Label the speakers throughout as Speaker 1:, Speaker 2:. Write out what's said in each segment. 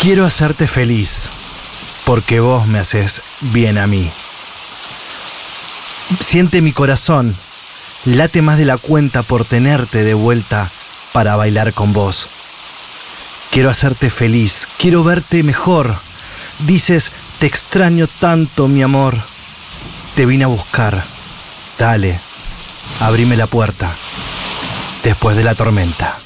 Speaker 1: Quiero hacerte feliz, porque vos me haces bien a mí. Siente mi corazón, late más de la cuenta por tenerte de vuelta para bailar con vos. Quiero hacerte feliz, quiero verte mejor. Dices, te extraño tanto, mi amor. Te vine a buscar. Dale, abrime la puerta. Después de la tormenta.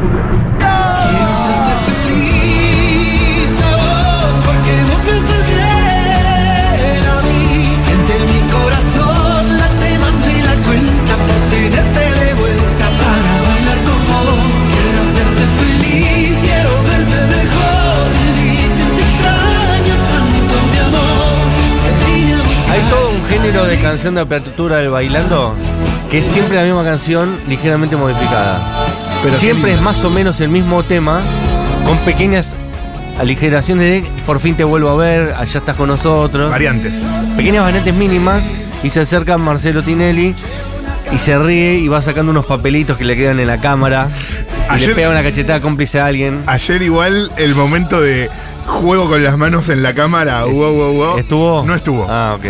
Speaker 2: Quiero hacerte feliz a vos porque vos me haces bien a mí. Siente mi corazón, late más de la cuenta por tenerte de vuelta para bailar con vos. Quiero hacerte feliz, quiero verte mejor. Me dices te extraño tanto mi amor. Vine a buscar-
Speaker 3: Hay todo un género de canción de apertura del bailando que es siempre la misma canción ligeramente modificada.
Speaker 4: Pero
Speaker 3: siempre es más o menos el mismo tema con pequeñas aligeraciones de por fin te vuelvo a ver, allá estás con nosotros.
Speaker 4: Variantes.
Speaker 3: Pequeñas variantes mínimas y se acerca Marcelo Tinelli y se ríe y va sacando unos papelitos que le quedan en la cámara. Y le
Speaker 4: Ayer- Ah,
Speaker 3: pega una cachetada cómplice a alguien.
Speaker 4: Ayer igual el momento de juego con las manos en la cámara, wow, wow, wow.
Speaker 3: Eh, ¿Estuvo?
Speaker 4: No estuvo.
Speaker 3: Ah, ok.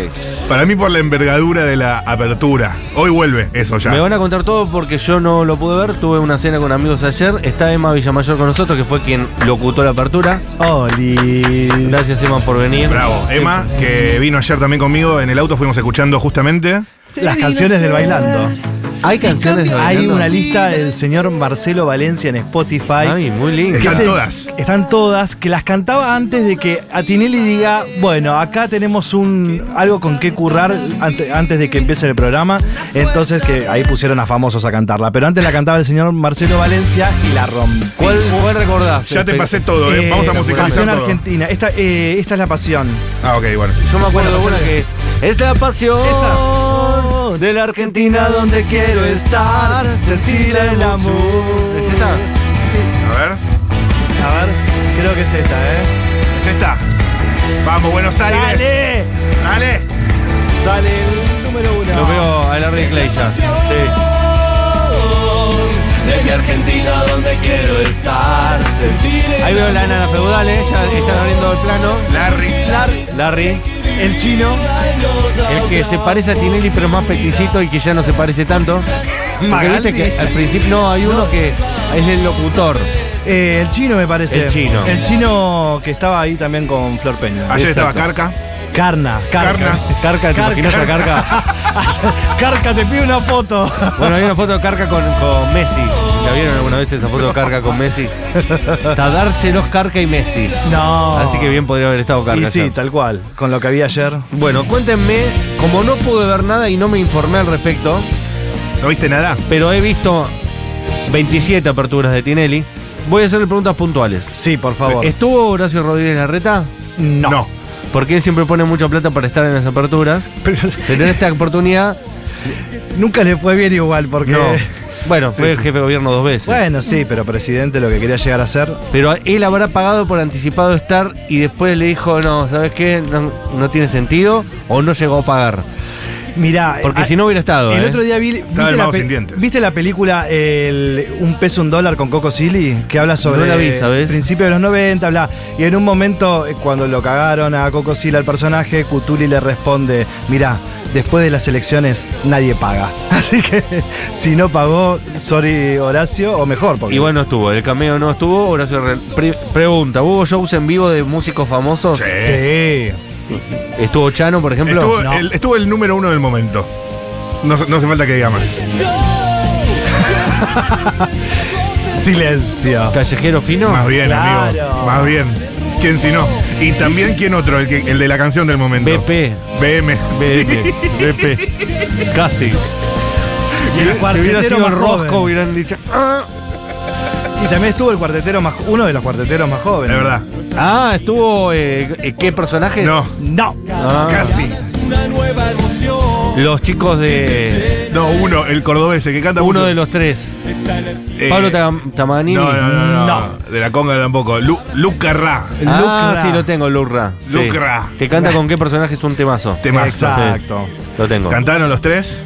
Speaker 4: Para mí por la envergadura de la apertura. Hoy vuelve eso ya.
Speaker 3: Me van a contar todo porque yo no lo pude ver. Tuve una cena con amigos ayer. Está Emma Villamayor con nosotros, que fue quien locutó la apertura.
Speaker 1: Oli.
Speaker 3: Gracias, Emma, por venir.
Speaker 4: Bravo. Emma, que vino ayer también conmigo en el auto, fuimos escuchando justamente.
Speaker 1: Las canciones del bailando.
Speaker 3: Hay canciones de
Speaker 1: Hay
Speaker 3: bailando?
Speaker 1: una lista del señor Marcelo Valencia en
Speaker 3: Ay,
Speaker 1: Spotify.
Speaker 3: muy lindo.
Speaker 4: Están
Speaker 1: Que se-
Speaker 4: todas.
Speaker 1: Están todas, que las cantaba antes de que a Tinelli diga, bueno, acá tenemos un algo con qué currar ante- antes de que empiece el programa. Entonces que ahí pusieron a famosos a cantarla. Pero antes la cantaba el señor Marcelo Valencia y la rompió.
Speaker 3: ¿Cuál, cuál recordás?
Speaker 4: Ya te pasé todo, ¿eh?
Speaker 1: Eh,
Speaker 4: Vamos a musicalizar
Speaker 1: Pasión
Speaker 4: todo.
Speaker 1: Argentina. Esta, eh, esta es la pasión.
Speaker 4: Ah, ok, bueno.
Speaker 3: Yo me acuerdo de una que es. Es la pasión de la Argentina donde quiero estar. Sentir el amor. ¿Es esta?
Speaker 4: A ver.
Speaker 1: A ver, creo que es esta, ¿eh?
Speaker 4: Ya está. Vamos, Buenos Aires.
Speaker 1: ¡Dale!
Speaker 4: Dale.
Speaker 1: Sale el número uno.
Speaker 3: Lo veo a la Clay ya. Sí.
Speaker 2: De mi Argentina donde quiero estar, sentir
Speaker 3: Ahí veo la nana feudal, ¿eh? Ya están abriendo el plano.
Speaker 4: Larry.
Speaker 3: Larry.
Speaker 1: El chino.
Speaker 3: El que se parece a Tinelli pero más peticito y que ya no se parece tanto. Porque viste
Speaker 4: Magaldi.
Speaker 3: que al principio no, hay uno que es el locutor.
Speaker 1: eh, el chino me parece.
Speaker 3: El chino.
Speaker 1: El chino que estaba ahí también con Flor Peña.
Speaker 4: Ayer
Speaker 3: Exacto.
Speaker 4: estaba Carca.
Speaker 1: Carna. Carca.
Speaker 3: Carca, ¿te
Speaker 1: Carca.
Speaker 3: imaginas a Carca?
Speaker 1: Carca, te pido una foto.
Speaker 3: Bueno, hay una foto de Carca con, con Messi. ¿La vieron alguna vez esa foto de Carca con Messi? Tadárselos Carca y Messi.
Speaker 1: No.
Speaker 3: Así que bien podría haber estado Carca.
Speaker 1: Y sí,
Speaker 3: ya.
Speaker 1: tal cual. Con lo que había ayer.
Speaker 3: Bueno, cuéntenme, como no pude ver nada y no me informé al respecto,
Speaker 4: ¿No viste nada?
Speaker 3: pero he visto 27 aperturas de Tinelli, voy a hacerle preguntas puntuales.
Speaker 1: Sí, por favor.
Speaker 3: ¿Estuvo Horacio Rodríguez Larreta?
Speaker 1: Eh, No.
Speaker 3: Porque él siempre pone mucha plata para estar en las aperturas.
Speaker 1: Pero
Speaker 3: Pero en esta oportunidad,
Speaker 1: nunca le fue bien igual porque.
Speaker 3: no. Bueno, fue jefe de gobierno dos veces.
Speaker 1: Bueno, sí, pero presidente lo que quería llegar a ser.
Speaker 3: Pero él habrá pagado por anticipado estar y después le dijo, no, ¿sabes qué? No, no tiene sentido o no llegó a pagar.
Speaker 1: Mirá.
Speaker 3: Porque
Speaker 1: ah,
Speaker 3: si no hubiera estado.
Speaker 1: El
Speaker 3: ¿eh?
Speaker 1: otro día vi, viste,
Speaker 4: el
Speaker 1: la
Speaker 4: mago
Speaker 1: pe-
Speaker 4: sin dientes.
Speaker 1: ¿viste la película el, Un peso, un dólar con Coco Silly? Que habla sobre
Speaker 3: No la vi, ¿sabés?
Speaker 1: principio de los 90, bla. Y en un momento, eh, cuando lo cagaron a Coco Silly al personaje, Cutuli le responde, mirá, después de las elecciones nadie paga. Así que si no pagó, sorry Horacio, o mejor, porque...
Speaker 3: Igual no estuvo, el cameo no estuvo. Horacio Re- pre- pregunta, ¿hubo shows en vivo de músicos famosos?
Speaker 4: Sí.
Speaker 3: eh.
Speaker 1: Sí.
Speaker 3: ¿Estuvo Chano, por ejemplo?
Speaker 4: Estuvo,
Speaker 1: No.
Speaker 4: el, estuvo el número uno del momento. No, no hace falta que diga más.
Speaker 1: Silencio.
Speaker 3: ¿Callejero fino?
Speaker 4: Más bien,
Speaker 1: Claro.
Speaker 4: amigo. Más bien. ¿Quién si no? Y también, ¿quién otro? El, que, el de la canción del momento.
Speaker 3: BP.
Speaker 4: BM.
Speaker 3: BP.
Speaker 4: sí.
Speaker 3: BP. Casi.
Speaker 1: Y el
Speaker 3: Si hubiera
Speaker 1: cuartetero
Speaker 3: sido
Speaker 1: más
Speaker 3: Rosco,
Speaker 1: joven.
Speaker 3: hubieran dicho. "Ah".
Speaker 1: Y también estuvo el cuartetero más... Uno de los cuarteteros más
Speaker 4: De
Speaker 1: jóvenes.
Speaker 4: verdad.
Speaker 3: Ah, estuvo. eh, eh, ¿Qué personajes?
Speaker 4: No.
Speaker 1: No.
Speaker 3: Ah,
Speaker 4: Casi.
Speaker 3: los chicos de.
Speaker 4: No, uno, el cordobés, el que canta
Speaker 3: Uno
Speaker 4: mucho.
Speaker 3: de los tres.
Speaker 4: Eh,
Speaker 3: Pablo Tam- Tamanini.
Speaker 4: no, no, no, no,
Speaker 1: No.
Speaker 4: De la conga tampoco. Lu, Luca Ra.
Speaker 3: Ah,
Speaker 1: Lucra.
Speaker 3: sí, lo tengo, Lucra. Sí.
Speaker 4: Lucra.
Speaker 3: Que canta con qué personaje es un temazo.
Speaker 4: Temazo.
Speaker 1: Exacto.
Speaker 3: Lo tengo.
Speaker 4: ¿Cantaron los tres?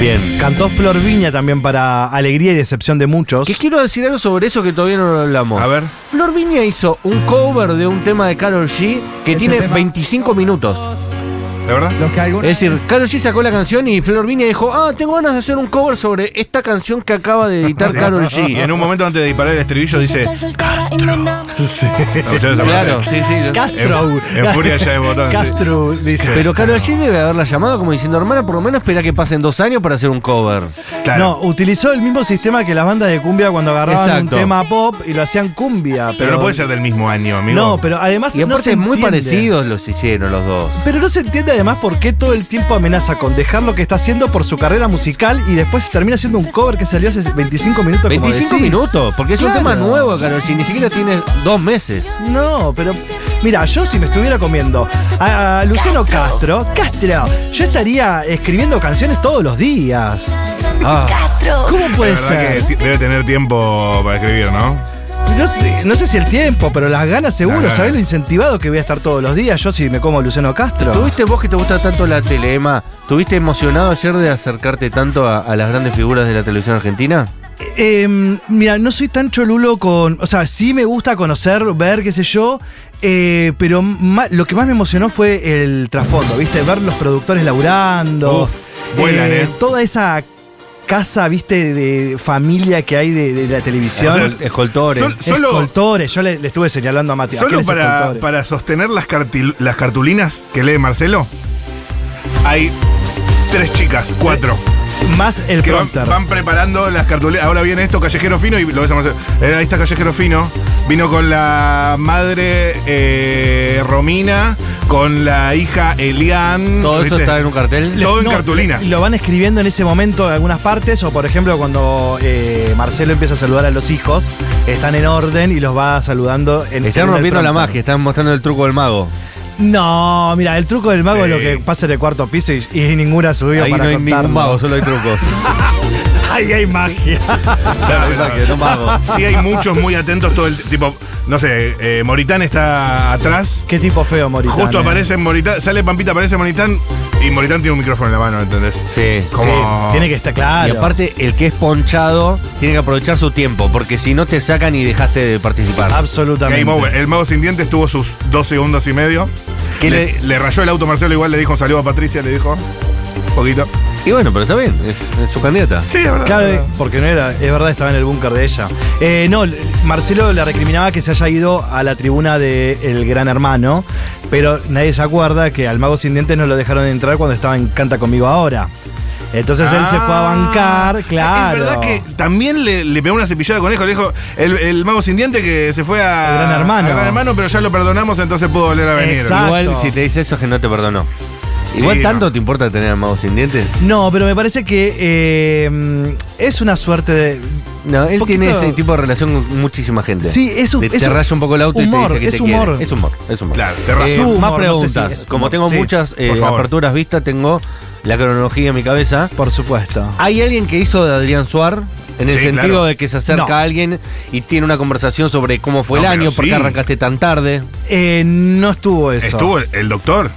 Speaker 3: Bien.
Speaker 1: Cantó Flor Viña también para alegría y decepción de muchos.
Speaker 3: Que quiero decir algo sobre eso que todavía no lo hablamos.
Speaker 4: A ver.
Speaker 3: Flor Viña hizo un cover de un tema de Carol G
Speaker 4: Este
Speaker 3: que tiene
Speaker 5: tema-
Speaker 3: 25 minutos.
Speaker 4: ¿De verdad?
Speaker 5: Los que alguna
Speaker 3: Es decir,
Speaker 5: vez-
Speaker 3: Carol G sacó la canción y Flor Viña dijo, ah, tengo ganas de hacer un cover sobre esta canción que acaba de editar Carol
Speaker 4: Ah, Y
Speaker 3: G.
Speaker 4: en un momento antes de disparar el estribillo dice. No, ustedes
Speaker 3: Claro,
Speaker 4: aprenden.
Speaker 3: sí, sí.
Speaker 1: Eh, Castro.
Speaker 4: En, en furia ya es votante.
Speaker 1: Castro dice.
Speaker 4: Este.
Speaker 3: Pero Carol G debe haberla llamado como diciendo, hermana, por lo menos espera que pasen dos años para hacer un cover.
Speaker 4: Claro.
Speaker 1: No, utilizó el mismo sistema que las bandas de cumbia cuando agarraban
Speaker 3: Exacto.
Speaker 1: un tema pop y lo hacían cumbia. Pero,
Speaker 4: pero no puede ser del mismo año, amigo.
Speaker 1: No, pero además
Speaker 3: Y
Speaker 1: no
Speaker 3: aparte
Speaker 1: se
Speaker 3: muy
Speaker 1: entiende.
Speaker 3: parecidos los hicieron los dos.
Speaker 1: Pero no se entiende además por qué todo el tiempo amenaza con dejar lo que está haciendo por su carrera musical y después termina haciendo un cover que salió hace 25 minutos. como
Speaker 3: 25
Speaker 1: decís.
Speaker 3: minutos, porque es un
Speaker 1: Claro.
Speaker 3: tema nuevo, Carol G. Ni siquiera tiene dos meses.
Speaker 1: No, pero mira, yo si me estuviera comiendo a, a Luciano Castro, Castro, yo estaría escribiendo canciones todos los días. ¿Cómo
Speaker 4: De
Speaker 1: puede
Speaker 4: verdad
Speaker 1: ser?
Speaker 4: que ti- debe tener tiempo para escribir, ¿no?
Speaker 1: No sé, no sé si el tiempo, pero las ganas seguro.
Speaker 4: Las ganas.
Speaker 1: ¿Sabés lo incentivado que voy a estar todos los días yo si me como a Luciano Castro?
Speaker 3: ¿Tuviste vos que te gusta tanto la tele, Emma? ¿Tuviste emocionado ayer de acercarte tanto a, a las grandes figuras de la televisión argentina?
Speaker 1: Eh, mira, no soy tan cholulo con. O sea, sí me gusta conocer, ver, qué sé yo. eh, pero ma- lo que más me emocionó fue el trasfondo, ¿viste? Ver los productores laburando.
Speaker 4: Uf, vuelan, ¿eh?
Speaker 1: Toda esa casa, ¿viste? De familia que hay de, de la televisión.
Speaker 4: O sea,
Speaker 3: Escoltores.
Speaker 4: sol- solo-
Speaker 1: Escoltores. Yo le, le estuve señalando a Mati. ¿a
Speaker 4: Solo
Speaker 1: quién es
Speaker 4: para,
Speaker 1: escoltores?
Speaker 4: para sostener las, cartil- las cartulinas que lee Marcelo, hay tres chicas, cuatro,
Speaker 3: Eh,
Speaker 1: Más el
Speaker 4: que van,
Speaker 1: prompter.
Speaker 4: van preparando las cartulinas. Ahora viene esto, Callejero Fino, y lo ves a Marcelo. Eh, ahí está Callejero Fino. Vino con la madre eh, Romina, con la hija Elian.
Speaker 3: Todo eso
Speaker 4: ¿viste?
Speaker 3: está en un cartel.
Speaker 4: Todo en
Speaker 1: No,
Speaker 4: cartulina.
Speaker 1: Lo van escribiendo en ese momento en algunas partes, o por ejemplo, cuando eh, Marcelo empieza a saludar a los hijos, están en orden y los va saludando en en
Speaker 3: Están
Speaker 1: el
Speaker 3: rompiendo la
Speaker 1: prompter.
Speaker 3: magia, están mostrando el truco del mago.
Speaker 1: No, mira, el truco del mago
Speaker 4: Sí.
Speaker 1: es lo que pasa en el cuarto piso y, y ninguna subió
Speaker 3: Ahí no
Speaker 1: para
Speaker 3: hay
Speaker 1: contarlo.
Speaker 3: ningún mago, solo hay trucos.
Speaker 1: Ahí hay magia.
Speaker 4: Claro,
Speaker 3: Hay
Speaker 4: claro.
Speaker 3: magia, no mago.
Speaker 4: Sí, hay muchos muy atentos todo el t- tipo. No sé, eh, Moritán está atrás.
Speaker 1: Qué tipo feo, Moritán.
Speaker 4: Justo
Speaker 1: eh.
Speaker 4: aparece Moritán, sale Pampita, aparece Moritán y Moritán tiene un micrófono en la mano, ¿entendés?
Speaker 3: Sí.
Speaker 1: Sí,
Speaker 4: Como-
Speaker 1: tiene que estar
Speaker 3: Y
Speaker 1: claro.
Speaker 3: aparte, el que es ponchado tiene que aprovechar su tiempo, porque si no te sacan y dejaste de
Speaker 1: Ah,
Speaker 3: participar.
Speaker 1: absolutamente.
Speaker 4: Game over. El mago sin dientes tuvo sus dos segundos y medio.
Speaker 3: ¿Qué
Speaker 4: Le,
Speaker 3: le-
Speaker 4: le rayó el auto Marcelo igual, le dijo un saludo a Patricia, le dijo. Un poquito.
Speaker 3: Y bueno, pero está bien, es, es su candidata.
Speaker 4: Sí, es verdad.
Speaker 1: Claro, eh, porque no era, es verdad, estaba en el búnker de ella. Eh, no, l- Marcelo le recriminaba que se haya ido a la tribuna de El Gran Hermano, pero nadie se acuerda que al Mago Sin Dientes no lo dejaron entrar cuando estaba en Canta Conmigo Ahora. Entonces él se fue a bancar, claro.
Speaker 4: Ah. Es verdad que también le, le pegó una cepillada de conejo. Le dijo el, el mago sin diente que se fue a.
Speaker 1: Al Gran Hermano.
Speaker 4: al Gran Hermano, pero ya lo perdonamos, entonces pudo volver a venir.
Speaker 1: Exacto.
Speaker 3: Igual si te dice eso es que no te perdonó. Igual
Speaker 4: Sí,
Speaker 3: tanto
Speaker 4: no.
Speaker 3: te importa tener al mago sin dientes.
Speaker 1: No, pero me parece que eh, mm, es una suerte de.
Speaker 3: No, él
Speaker 1: Poquito-
Speaker 3: tiene ese tipo de relación con muchísima gente.
Speaker 1: Sí, es un-
Speaker 3: Te,
Speaker 1: es
Speaker 3: te
Speaker 1: un-
Speaker 3: raya un poco el auto
Speaker 1: humor,
Speaker 3: y te dice que
Speaker 1: es
Speaker 3: te
Speaker 1: humor.
Speaker 3: quiere. Es humor, es humor.
Speaker 4: Claro, te rayó.
Speaker 1: Su humor,
Speaker 3: más
Speaker 1: no
Speaker 3: preguntas.
Speaker 1: sé si es
Speaker 3: Como
Speaker 1: humor.
Speaker 3: tengo
Speaker 1: Sí,
Speaker 3: muchas eh,
Speaker 4: por favor.
Speaker 3: aperturas vistas, tengo la cronología en mi cabeza.
Speaker 1: Por supuesto.
Speaker 4: Ah.
Speaker 3: ¿Hay alguien que hizo de Adrián Suar? En el
Speaker 4: Sí,
Speaker 3: sentido
Speaker 4: claro.
Speaker 3: de que se acerca
Speaker 1: No.
Speaker 3: a alguien y tiene una conversación sobre cómo fue
Speaker 4: No,
Speaker 3: el
Speaker 4: pero
Speaker 3: año, por
Speaker 4: sí.
Speaker 3: qué arrancaste tan tarde.
Speaker 1: Eh, no estuvo eso.
Speaker 4: Estuvo el, el doctor.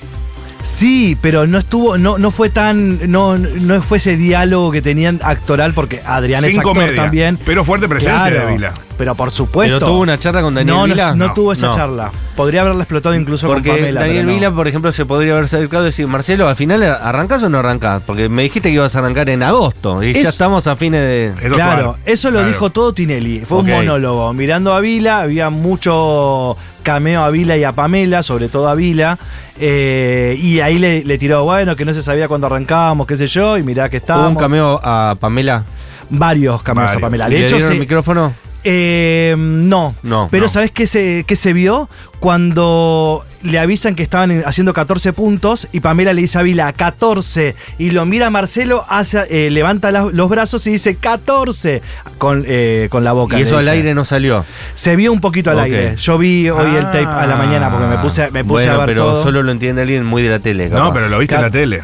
Speaker 1: Sí, pero no estuvo, no, no fue tan, no, no fue ese diálogo que tenían actoral, porque Adrián es
Speaker 4: sin
Speaker 1: actor
Speaker 4: comedia.
Speaker 1: también.
Speaker 4: Pero fuerte presencia
Speaker 1: Claro,
Speaker 4: de Vila.
Speaker 1: Pero por supuesto.
Speaker 3: ¿Pero tuvo una charla con Daniel
Speaker 1: no, no,
Speaker 3: Vila?
Speaker 1: No,
Speaker 3: No,
Speaker 1: tuvo esa
Speaker 3: no.
Speaker 1: charla. Podría haberla explotado incluso con
Speaker 3: Porque
Speaker 1: Pamela.
Speaker 3: Daniel
Speaker 1: pero no.
Speaker 3: Vila, por ejemplo, se podría haber acercado y decir, Marcelo, ¿al final arrancas o no arrancas? Porque me dijiste que ibas a arrancar en agosto y
Speaker 1: Es-
Speaker 3: ya estamos a fines de...
Speaker 4: Eso fue-
Speaker 1: Claro, eso lo
Speaker 4: claro.
Speaker 1: dijo todo Tinelli. Fue
Speaker 3: Ok.
Speaker 1: un monólogo. Mirando a Vila, había mucho cameo a Vila y a Pamela, sobre todo a Vila. eh, y ahí le, le tiró, bueno, que no se sabía cuándo arrancábamos, qué sé yo, y mirá que
Speaker 3: Hubo
Speaker 1: estábamos.
Speaker 3: un cameo a Pamela.
Speaker 1: Varios cameos
Speaker 4: Varios.
Speaker 1: a Pamela.
Speaker 3: ¿Y
Speaker 1: De
Speaker 3: ¿Le
Speaker 1: hecho,
Speaker 3: dieron el
Speaker 1: se-
Speaker 3: micrófono?
Speaker 1: Eh, no.
Speaker 3: No,
Speaker 1: Pero
Speaker 3: no.
Speaker 1: ¿sabés qué se, qué se vio? Cuando le avisan que estaban en- haciendo 14 puntos y Pamela le dice a Vila 14 y lo mira Marcelo, hace, eh, levanta la- los brazos y dice 14 con, eh, con la boca.
Speaker 3: Y
Speaker 1: le
Speaker 3: eso al
Speaker 1: dice.
Speaker 3: aire no salió.
Speaker 1: Se vio un poquito al
Speaker 3: Ok.
Speaker 1: aire. Yo vi hoy el
Speaker 4: Ah.
Speaker 1: tape a la mañana porque me puse, me puse
Speaker 3: bueno,
Speaker 1: a ver
Speaker 3: pero
Speaker 1: todo.
Speaker 3: solo lo entiende alguien muy de la tele.
Speaker 4: No, pero lo viste en la tele.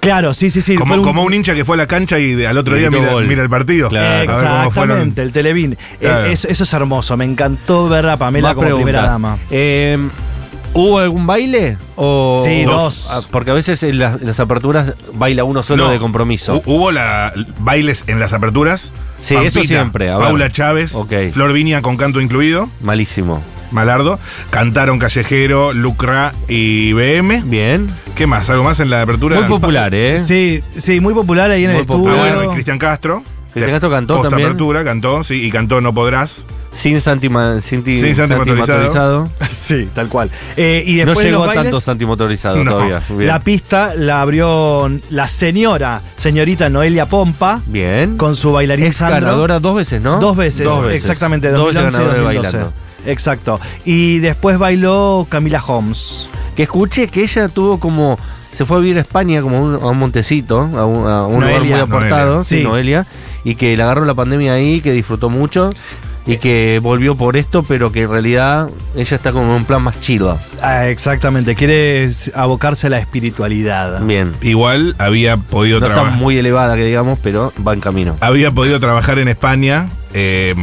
Speaker 1: Claro, sí, sí, sí.
Speaker 4: Como,
Speaker 1: fue un-
Speaker 4: como un hincha que fue a la cancha y de- al otro
Speaker 3: Y
Speaker 4: día
Speaker 3: gritó
Speaker 4: mira,
Speaker 3: gol.
Speaker 4: mira el partido.
Speaker 3: Claro.
Speaker 4: A ver cómo fueron.
Speaker 1: Exactamente, el Televín. Eh,
Speaker 4: Claro.
Speaker 1: eso, eso es hermoso. Me encantó ver a Pamela
Speaker 3: Más
Speaker 1: como primera
Speaker 3: preguntas.
Speaker 1: dama.
Speaker 3: Eh, ¿Hubo algún baile? O,
Speaker 1: Sí,
Speaker 4: dos.
Speaker 3: Ah, Porque a veces en, las- en las aperturas baila uno solo
Speaker 4: No.
Speaker 3: de compromiso.
Speaker 1: Uh,
Speaker 4: Hu- Hubo la, bailes en las aperturas.
Speaker 3: Sí, eso siempre, a ver.
Speaker 4: Paula Chávez,
Speaker 3: Ok.
Speaker 4: Flor Viña con canto incluido,
Speaker 1: uh.
Speaker 3: Malísimo.
Speaker 4: Malardo. Cantaron Callejero, Lucra y BM.
Speaker 3: Bien.
Speaker 4: ¿Qué más? ¿Algo más en la apertura?
Speaker 3: Muy popular, ¿eh?
Speaker 1: Sí, sí, muy popular ahí en
Speaker 3: Muy
Speaker 1: el
Speaker 4: Ah,
Speaker 3: popular.
Speaker 1: estudio.
Speaker 4: bueno, y Cristian Castro.
Speaker 3: Cristian Castro cantó
Speaker 4: Posta
Speaker 3: también.
Speaker 4: apertura, cantó, sí, y cantó No Podrás.
Speaker 3: Sin Santi, Ma- Santi-
Speaker 4: Sin Santi Motorizado.
Speaker 3: Motorizado.
Speaker 1: Sí, tal cual. Eh, y
Speaker 3: No
Speaker 1: después de
Speaker 3: llegó
Speaker 1: los
Speaker 3: a tanto
Speaker 1: bailes,
Speaker 3: Santi Motorizado
Speaker 4: No.
Speaker 3: todavía. Bien.
Speaker 1: la pista la abrió la señora, señorita Noelia Pompa,
Speaker 3: Bien.
Speaker 1: con su bailarín
Speaker 3: es
Speaker 1: Sandro.
Speaker 3: ganadora dos veces, ¿no?
Speaker 1: Dos veces,
Speaker 3: Dos veces.
Speaker 1: exactamente,
Speaker 3: Dos
Speaker 1: 2011 y
Speaker 3: ganadores
Speaker 1: 2012.
Speaker 3: bailando.
Speaker 1: Exacto. Y después bailó Camila Holmes.
Speaker 3: Que escuché que ella tuvo como. Se fue a vivir a España, como a un, a un montecito, a un, a un lugar muy
Speaker 1: Noelia.
Speaker 3: apartado,
Speaker 4: Noelia.
Speaker 3: sí,
Speaker 1: Sí.
Speaker 3: Noelia, y que le agarró la pandemia ahí, que disfrutó mucho y que volvió por esto, pero que en realidad ella está como en un plan más chido.
Speaker 1: Ah, exactamente, quiere abocarse a la espiritualidad.
Speaker 3: Bien.
Speaker 4: Igual había podido
Speaker 3: No está
Speaker 4: trabajar.
Speaker 3: muy elevada, que digamos, pero va en camino.
Speaker 4: Había podido trabajar en España eh,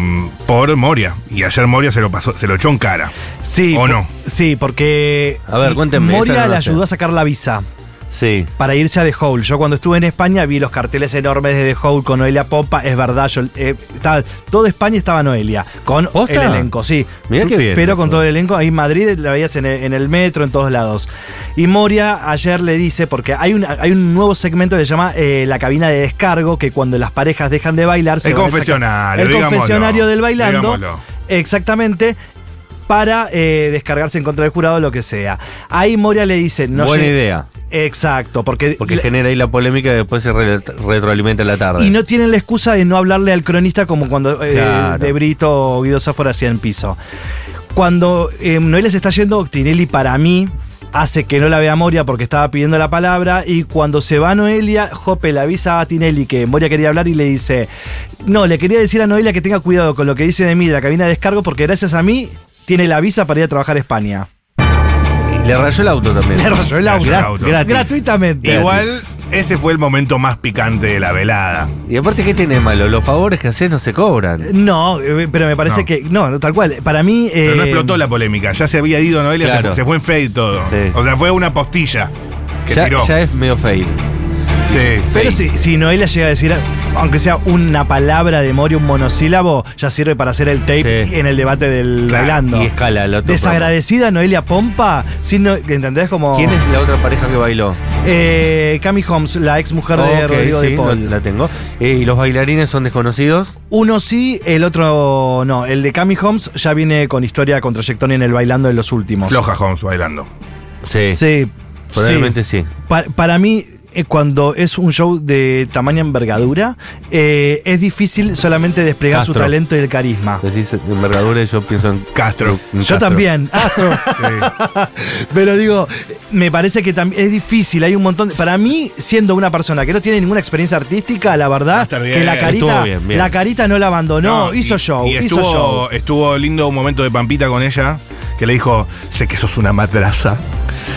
Speaker 4: por Moria. Y ayer Moria se lo pasó, se lo echó en cara.
Speaker 1: Sí.
Speaker 4: ¿O
Speaker 1: por-
Speaker 4: no?
Speaker 1: Sí, porque
Speaker 3: A ver, cuéntenme, esa
Speaker 1: Moria
Speaker 3: no
Speaker 1: le
Speaker 3: la sé.
Speaker 1: ayudó a sacar la visa
Speaker 3: Sí.
Speaker 1: para irse a The Hole. Yo cuando estuve en España vi los carteles enormes de The Hole con Noelia Pompa, es verdad, yo eh, estaba, toda España estaba Noelia, con
Speaker 3: ¿Posta?
Speaker 1: el elenco, sí.
Speaker 3: Mirá
Speaker 1: Tú-
Speaker 3: qué bien.
Speaker 1: Pero con todo el elenco, ahí en Madrid la veías en el, en el metro, en todos lados. Y Moria ayer le dice, porque hay un, hay un nuevo segmento que se llama eh, la cabina de descargo, que cuando las parejas dejan de bailar... se
Speaker 4: El
Speaker 1: van a sacar-
Speaker 4: confesionario,
Speaker 1: El
Speaker 4: digámoslo,
Speaker 1: confesionario del bailando.
Speaker 4: digámoslo.
Speaker 1: Exactamente. Para eh, descargarse en contra del jurado, lo que sea. Ahí Moria le dice: no
Speaker 3: Buena
Speaker 1: lle-
Speaker 3: idea.
Speaker 1: Exacto, porque,
Speaker 3: Porque
Speaker 1: la-
Speaker 3: genera ahí la polémica y después se re- retroalimenta en la tarde.
Speaker 1: y no tienen la excusa de no hablarle al cronista como cuando eh,
Speaker 3: Claro.
Speaker 1: De Brito o Guido Sáfora hacían piso. Cuando eh, Noelia se está yendo, Tinelli para mí hace que no la vea Moria porque estaba pidiendo la palabra y cuando se va Noelia, Jope le avisa a Tinelli que Moria quería hablar y le dice, no, le quería decir a Noelia que tenga cuidado con lo que dice de mí de la cabina de descargo porque gracias a mí tiene la visa para ir a trabajar a España.
Speaker 3: Y le rayó el auto también.
Speaker 1: Le rayó el
Speaker 4: Le rayó el
Speaker 1: auto,
Speaker 4: auto.
Speaker 1: gra- gratuitamente.
Speaker 4: Igual, ese fue el momento más picante de la velada.
Speaker 3: Y aparte, ¿qué tiene de malo? Los favores que haces no se cobran.
Speaker 1: No, eh, pero me parece
Speaker 4: No.
Speaker 1: que. No, tal cual. Para mí.
Speaker 4: Pero no
Speaker 1: eh,
Speaker 4: explotó la polémica. Ya se había ido Noelia, se
Speaker 3: Claro.
Speaker 4: fue- se, fue en fe y todo.
Speaker 3: Sí.
Speaker 4: O sea, fue una postilla que
Speaker 3: Ya,
Speaker 4: tiró.
Speaker 3: ya es medio fail.
Speaker 4: Sí.
Speaker 1: Pero si, si Noelia llega a decir, aunque sea una palabra de Mori, un monosílabo, ya sirve para hacer el tape
Speaker 3: Sí.
Speaker 1: en el debate del
Speaker 4: Claro,
Speaker 1: bailando.
Speaker 3: Y escala el otro.
Speaker 1: Desagradecida Noelia Pompa, sin no- ¿entendés? Como.
Speaker 3: programa. ¿Quién es la otra pareja que bailó?
Speaker 1: Eh, Cami Holmes, la ex mujer de
Speaker 3: Ok,
Speaker 1: Rodrigo
Speaker 3: sí,
Speaker 1: de
Speaker 3: lo-
Speaker 1: Paul.
Speaker 3: La tengo. Eh, ¿Y los bailarines son desconocidos?
Speaker 1: Uno sí, el otro no. El de Cami Holmes ya viene con historia, con trayectoria en el bailando de los últimos.
Speaker 4: Floja Holmes bailando.
Speaker 3: Sí.
Speaker 1: Sí. sí.
Speaker 3: Probablemente sí.
Speaker 1: Pa- para mí, eh, cuando es un show de tamaña envergadura, eh, es difícil solamente desplegar su
Speaker 3: Castro.
Speaker 1: talento y el carisma.
Speaker 3: Decís envergadura y yo pienso en.
Speaker 4: Castro.
Speaker 3: en
Speaker 1: Yo
Speaker 3: Castro.
Speaker 1: también.
Speaker 4: Sí.
Speaker 1: Pero digo, me parece que tam- es difícil. Hay un montón. de- para mí, siendo una persona que no tiene ninguna experiencia artística, la verdad,
Speaker 4: estar bien.
Speaker 1: que la carita,
Speaker 3: Estuvo bien, bien.
Speaker 1: la carita no la abandonó. hizo
Speaker 4: y-
Speaker 1: show.
Speaker 4: Y
Speaker 1: hizo
Speaker 4: estuvo,
Speaker 1: show.
Speaker 4: estuvo lindo un momento de Pampita con ella, que le dijo, sé que sos una madraza.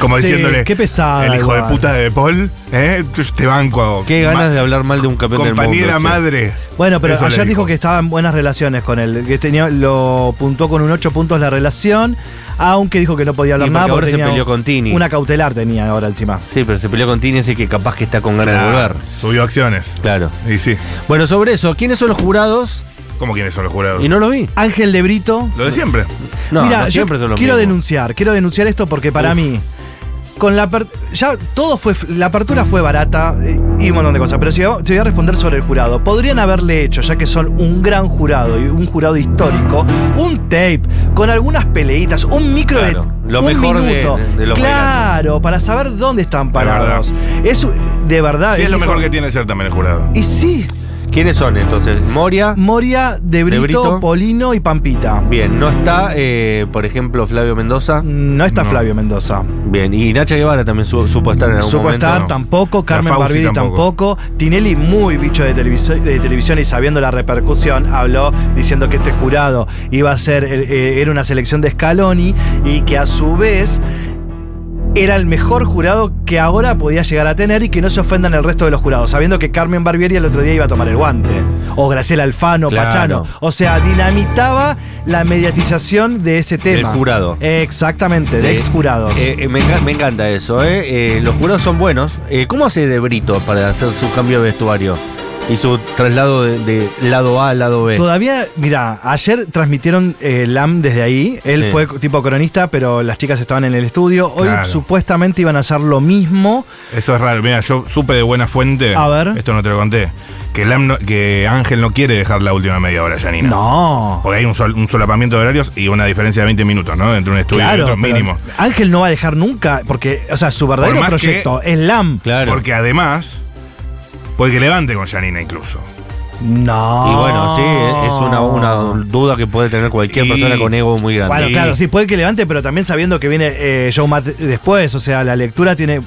Speaker 4: Como
Speaker 1: Sí,
Speaker 4: diciéndole,
Speaker 1: qué pesada
Speaker 4: el hijo
Speaker 1: igual.
Speaker 4: de puta de Paul, ¿eh? te banco.
Speaker 3: Qué
Speaker 4: Ma-
Speaker 3: ganas de hablar mal de un campeón del mundo.
Speaker 4: Compañera
Speaker 3: che.
Speaker 4: madre.
Speaker 1: Bueno, pero
Speaker 4: Eso le
Speaker 1: ayer dijo. que estaba en buenas relaciones con él. Que tenía, lo puntó con un 8 puntos la relación. Aunque dijo que no podía hablar
Speaker 3: Y porque
Speaker 1: nada
Speaker 3: ahora se
Speaker 1: tenía
Speaker 3: peleó con Tini.
Speaker 1: Una cautelar tenía ahora encima.
Speaker 3: Sí, pero se peleó con Tini, así que capaz que está con ganas de
Speaker 4: Ah,
Speaker 3: volver.
Speaker 4: Subió acciones.
Speaker 3: Claro.
Speaker 4: Y sí.
Speaker 3: Bueno, sobre eso, ¿quiénes son los jurados?
Speaker 4: ¿Cómo quiénes son los jurados?
Speaker 3: Y no lo vi.
Speaker 1: Ángel de Brito.
Speaker 4: Lo de siempre.
Speaker 3: No,
Speaker 1: Mira,
Speaker 3: no
Speaker 1: yo
Speaker 3: siempre son los
Speaker 1: quiero
Speaker 3: mismos.
Speaker 1: denunciar, quiero denunciar esto porque para
Speaker 3: Uf.
Speaker 1: mí con la aper- ya todo fue la apertura fue barata eh, y un montón de cosas, pero si te voy a responder sobre el jurado. Podrían haberle hecho, ya que son un gran jurado y un jurado histórico, un tape con algunas peleitas, un micro de-
Speaker 3: Claro, lo
Speaker 1: un
Speaker 3: mejor de-
Speaker 1: minuto.
Speaker 3: de- de los
Speaker 1: claro, para saber dónde están parados. Eso de verdad
Speaker 3: Ah,
Speaker 4: Sí, es
Speaker 1: él
Speaker 4: lo
Speaker 1: dijo-
Speaker 4: mejor que tiene ser también el jurado.
Speaker 1: Y sí,
Speaker 3: ¿Quiénes son entonces? Moria.
Speaker 1: Mm. Moria, De Brito,
Speaker 3: Brito.
Speaker 1: Polino y Pampita.
Speaker 3: Bien, no está, eh, por ejemplo, Flavio Mendoza.
Speaker 1: No está
Speaker 4: No.
Speaker 1: Flavio Mendoza.
Speaker 3: Bien, y Nacha Guevara también su- supo estar en algún
Speaker 1: Mm. Supo
Speaker 3: momento.
Speaker 1: estar
Speaker 4: no.
Speaker 1: tampoco, Carmen
Speaker 4: Fauci
Speaker 1: Barbieri tampoco. Tinelli, muy bicho de, televiso- de televisión y sabiendo la repercusión, habló diciendo que este jurado iba a ser, el- eh, era una selección de Scaloni y que a su vez era el mejor jurado que ahora podía llegar a tener y que no se ofendan el resto de los jurados, sabiendo que Carmen Barbieri el otro día iba a tomar el guante. O Graciela Alfano,
Speaker 3: Claro.
Speaker 1: Pachano. O sea, dinamitaba la mediatización de ese tema. Eh,
Speaker 3: jurado.
Speaker 1: Exactamente, de
Speaker 3: Eh,
Speaker 1: ex jurados.
Speaker 3: eh, eh, me, enga- me encanta eso, ¿eh? Eh, Los jurados son buenos. Eh, ¿Cómo hace De Brito para hacer su cambio de vestuario? Y su traslado de, de lado A al lado B.
Speaker 1: Todavía, mira, ayer transmitieron eh, LAM desde ahí. Él
Speaker 3: Sí.
Speaker 1: fue tipo cronista, pero las chicas estaban en el estudio. Hoy
Speaker 4: Claro.
Speaker 1: supuestamente iban a hacer lo mismo.
Speaker 4: Eso es raro. Mira, yo supe de buena fuente.
Speaker 1: A ver.
Speaker 4: Esto no te lo conté. Que, Lam no- que Ángel no quiere dejar la última media hora, Janina.
Speaker 1: No.
Speaker 4: Porque hay un, sol- un solapamiento de horarios y una diferencia de 20 minutos, ¿no? Entre un estudio y
Speaker 1: Claro,
Speaker 4: otro
Speaker 1: pero
Speaker 4: mínimo.
Speaker 1: Ángel no va a dejar nunca, porque, o sea, su verdadero
Speaker 4: más
Speaker 1: proyecto es LAM.
Speaker 3: Claro.
Speaker 4: Porque además, puede que levante con Janina incluso.
Speaker 1: No.
Speaker 3: Y bueno, sí, es es una, una duda que puede tener cualquier
Speaker 4: Y-
Speaker 3: persona con ego muy grande.
Speaker 1: Bueno,
Speaker 4: Y-
Speaker 1: claro, sí, puede que levante, pero también sabiendo que viene eh, Showmat después, o sea, la lectura tiene.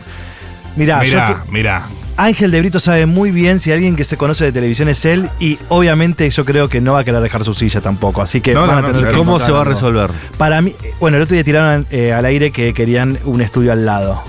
Speaker 1: Mira,
Speaker 4: mirá, mirá.
Speaker 1: Ángel de Brito sabe muy bien si alguien que se conoce de televisión es él, y obviamente yo creo que no va a querer dejar su silla tampoco, así que
Speaker 4: No,
Speaker 1: van
Speaker 4: no,
Speaker 1: a
Speaker 4: no,
Speaker 1: tener
Speaker 4: claro.
Speaker 1: que
Speaker 3: ¿Cómo se va a
Speaker 1: encontrar algo.
Speaker 3: resolver?
Speaker 1: Para mí, bueno, el otro día tiraron eh, al aire que querían un estudio al lado.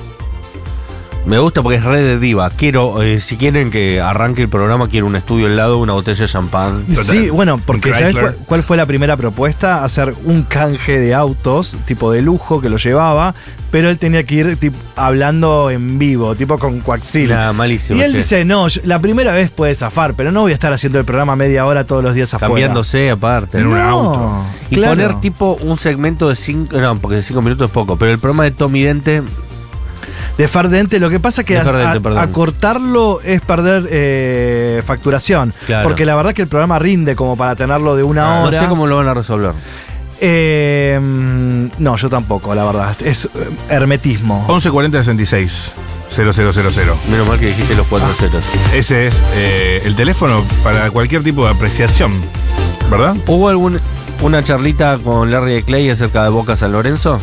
Speaker 3: Me gusta porque es red de diva. Quiero, eh, si quieren que arranque el programa, quiero un estudio al lado, una botella de champán.
Speaker 4: Total.
Speaker 1: Sí, bueno, porque
Speaker 4: Un
Speaker 1: ¿sabes
Speaker 4: Chrysler.
Speaker 1: cuál, cuál fue la primera propuesta? Hacer un canje de autos, tipo de lujo, que lo llevaba, pero él tenía que ir tip- hablando en vivo, tipo con
Speaker 3: Nah,
Speaker 1: Coaxila.
Speaker 3: malísimo.
Speaker 1: y él
Speaker 3: che.
Speaker 1: dice, no, yo- la primera vez puede zafar, pero no voy a estar haciendo el programa media hora todos los días afuera.
Speaker 3: Cambiándose aparte.
Speaker 4: En un
Speaker 1: No,
Speaker 4: auto.
Speaker 3: Y
Speaker 1: claro.
Speaker 3: poner tipo un segmento de 5, no, porque 5 minutos es poco, pero el programa de Tommy Dente,
Speaker 1: De Ferdente, lo que pasa que
Speaker 3: De
Speaker 1: a-
Speaker 3: Ferdente,
Speaker 1: a-
Speaker 3: perdón.
Speaker 1: acortarlo es perder eh, facturación.
Speaker 3: Claro.
Speaker 1: Porque la verdad que el programa rinde como para tenerlo de una
Speaker 3: no
Speaker 1: hora.
Speaker 3: sé cómo lo van a resolver.
Speaker 1: Eh, mm, no, yo tampoco, la verdad. Es eh, hermetismo.
Speaker 4: 1140 66 0000.
Speaker 3: Menos mal que dijiste los cuatro ceros.
Speaker 4: Ese es eh, el teléfono para cualquier tipo de apreciación, ¿verdad?
Speaker 3: ¿Hubo algún, una charlita con Larry de Clay acerca de Boca San Lorenzo?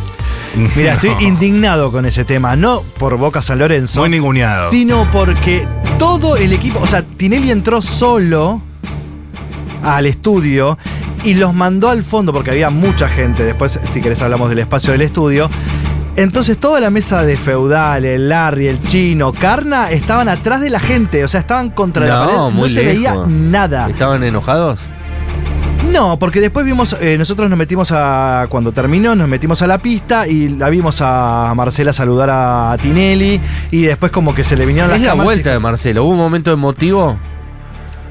Speaker 1: Mira, estoy
Speaker 4: No.
Speaker 1: indignado con ese tema. No por Boca San Lorenzo.
Speaker 4: Muy ninguneado.
Speaker 1: Sino porque todo el equipo. O sea, Tinelli entró solo al estudio y los mandó al fondo porque había mucha gente. Después, si querés, hablamos del espacio del estudio. Entonces, toda la mesa de Feudal, el Larry, el Chino, Carna, estaban atrás de la gente. O sea, estaban contra la
Speaker 3: No,
Speaker 1: pared. No
Speaker 3: muy
Speaker 1: se veía
Speaker 3: lejos.
Speaker 1: nada.
Speaker 3: ¿Estaban enojados?
Speaker 1: No, porque después vimos, eh, nosotros nos metimos a, cuando terminó, nos metimos a la pista y la vimos a Marcela saludar a Tinelli y después como que se le vinieron
Speaker 3: Es
Speaker 1: las
Speaker 3: la
Speaker 1: cámaras
Speaker 3: vuelta de Marcelo. ¿Hubo un momento emotivo?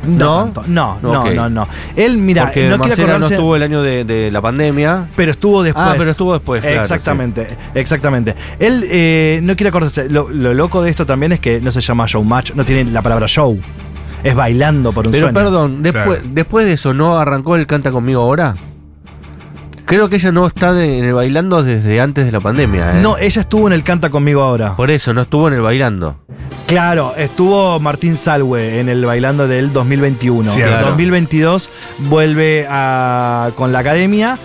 Speaker 1: y- no,
Speaker 3: ¿no?
Speaker 1: tanto. no, no,
Speaker 3: Ok.
Speaker 1: no, no. Él, mira,
Speaker 3: porque
Speaker 1: no quiere
Speaker 3: Marcelo no
Speaker 1: acordarse,
Speaker 3: estuvo el año de, de la pandemia.
Speaker 1: pero estuvo después.
Speaker 3: Ah, pero estuvo después, claro,
Speaker 1: exactamente, exactamente. Él eh, no quiere acordarse. Lo, lo loco de esto también es que no se llama showmatch, no tiene la palabra show. Es bailando por un
Speaker 3: Pero
Speaker 1: sueño.
Speaker 3: perdón, después,
Speaker 4: Claro.
Speaker 3: después de eso, ¿no arrancó el Canta Conmigo Ahora? Creo que ella no está de- en el bailando desde antes de la pandemia, ¿eh?
Speaker 1: No, ella estuvo en el Canta conmigo ahora.
Speaker 3: Por eso, no estuvo en el bailando.
Speaker 1: Claro, estuvo Martín Salwe en el bailando del 2021.
Speaker 4: Cierto.
Speaker 1: En 2022 vuelve a- con la academia.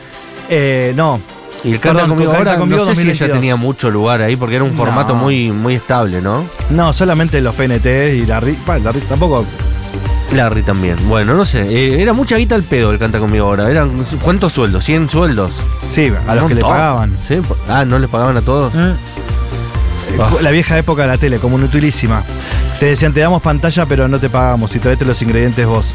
Speaker 1: Eh, no,
Speaker 3: Y el Canta
Speaker 1: Perdón,
Speaker 3: Conmigo
Speaker 1: con Canta
Speaker 3: Ahora,
Speaker 1: Conmigo
Speaker 3: no sé si
Speaker 1: 2022.
Speaker 3: ella tenía mucho lugar ahí, porque era un
Speaker 1: No.
Speaker 3: formato muy, muy estable, ¿no?
Speaker 1: no, solamente los PNT y la RI. Bueno, la RI tampoco.
Speaker 3: Larry también. Bueno, no sé. eh, era mucha guita al pedo el Canta Conmigo Ahora. Eran, ¿Cuántos sueldos? ¿100 sueldos?
Speaker 1: Sí, a los
Speaker 3: Un
Speaker 1: que le
Speaker 3: montón.
Speaker 1: pagaban.
Speaker 3: Sí, po- Ah, ¿no les pagaban a todos?
Speaker 1: Eh,
Speaker 3: Ah.
Speaker 1: La vieja época de la tele, como utilísima. Te decían, te damos pantalla, pero no te pagamos. Y traete los ingredientes vos.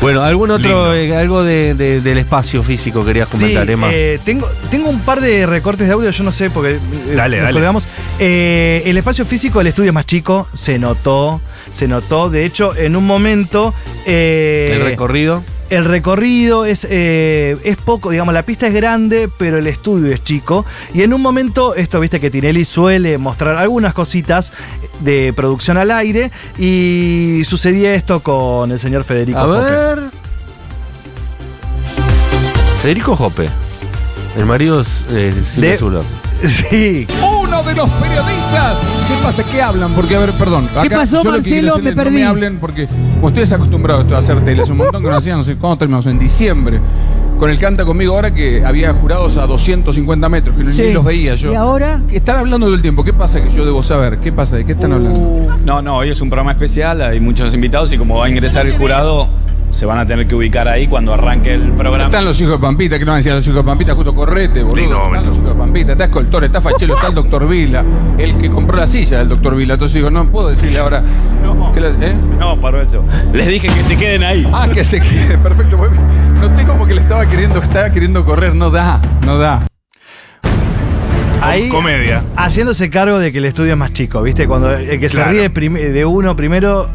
Speaker 3: Bueno, algún
Speaker 4: Lindo.
Speaker 3: otro, eh, algo de- de- del espacio físico querías comentar,
Speaker 1: Sí,
Speaker 3: Emma.
Speaker 1: eh, tengo, tengo un par de recortes de audio, yo no sé, porque eh,
Speaker 4: Dale,
Speaker 1: nos
Speaker 4: dale.
Speaker 1: colgamos. Eh, el espacio físico del estudio es más chico, se notó, se notó. De hecho, en un momento. eh,
Speaker 3: el recorrido.
Speaker 1: el recorrido es, eh, es poco, digamos, la pista es grande, pero el estudio es chico. Y en un momento, esto viste que Tinelli suele mostrar algunas cositas de producción al aire. Y sucedía esto con el señor Federico
Speaker 3: A
Speaker 1: Foque.
Speaker 3: ver. Federico Jope. El marido es eh, Silvia
Speaker 1: De-
Speaker 3: Zulo.
Speaker 1: Sí,
Speaker 6: uno de los periodistas. ¿Qué pasa? ¿Qué hablan? Porque, a ver, perdón. acá
Speaker 7: pasó,
Speaker 6: yo lo que quiero decirles,
Speaker 7: Marcelo? Me perdí.
Speaker 6: No me hablen porque como estoy desacostumbrado a esto de hacer tele. Hace un montón que no hacían, no sé cuándo terminamos, en diciembre. Con el Canta Conmigo ahora que había jurados a 250 metros, que
Speaker 7: Sí.
Speaker 6: ni los veía yo.
Speaker 7: ¿Y ahora?
Speaker 6: Que Están hablando todo el tiempo. ¿Qué pasa que yo debo saber? ¿Qué pasa? ¿De qué están hablando?
Speaker 8: No, no, hoy es un programa especial, hay muchos invitados y como va a ingresar el jurado, se van a tener que ubicar ahí cuando arranque el programa.
Speaker 6: Están los hijos de Pampita, que no decían los hijos de Pampita, justo correte, boludo.
Speaker 4: Lindo
Speaker 6: están
Speaker 4: momento.
Speaker 6: los hijos de Pampita, está Escoltor, está Fachelo, está el doctor Vila, el que compró la silla del doctor Vila. Entonces digo, no puedo decirle ahora.
Speaker 8: No.
Speaker 6: que la- ¿eh?
Speaker 8: No, paró eso. Les dije que se queden ahí.
Speaker 6: Ah, que se quede, perfecto. muy bien. Noté como que le estaba queriendo, estaba queriendo correr, no da, no da.
Speaker 1: Ahí,
Speaker 4: Comedia.
Speaker 1: haciéndose cargo de que el estudio es más chico, ¿viste? Cuando el que
Speaker 4: Claro.
Speaker 1: se ríe prim- de uno primero,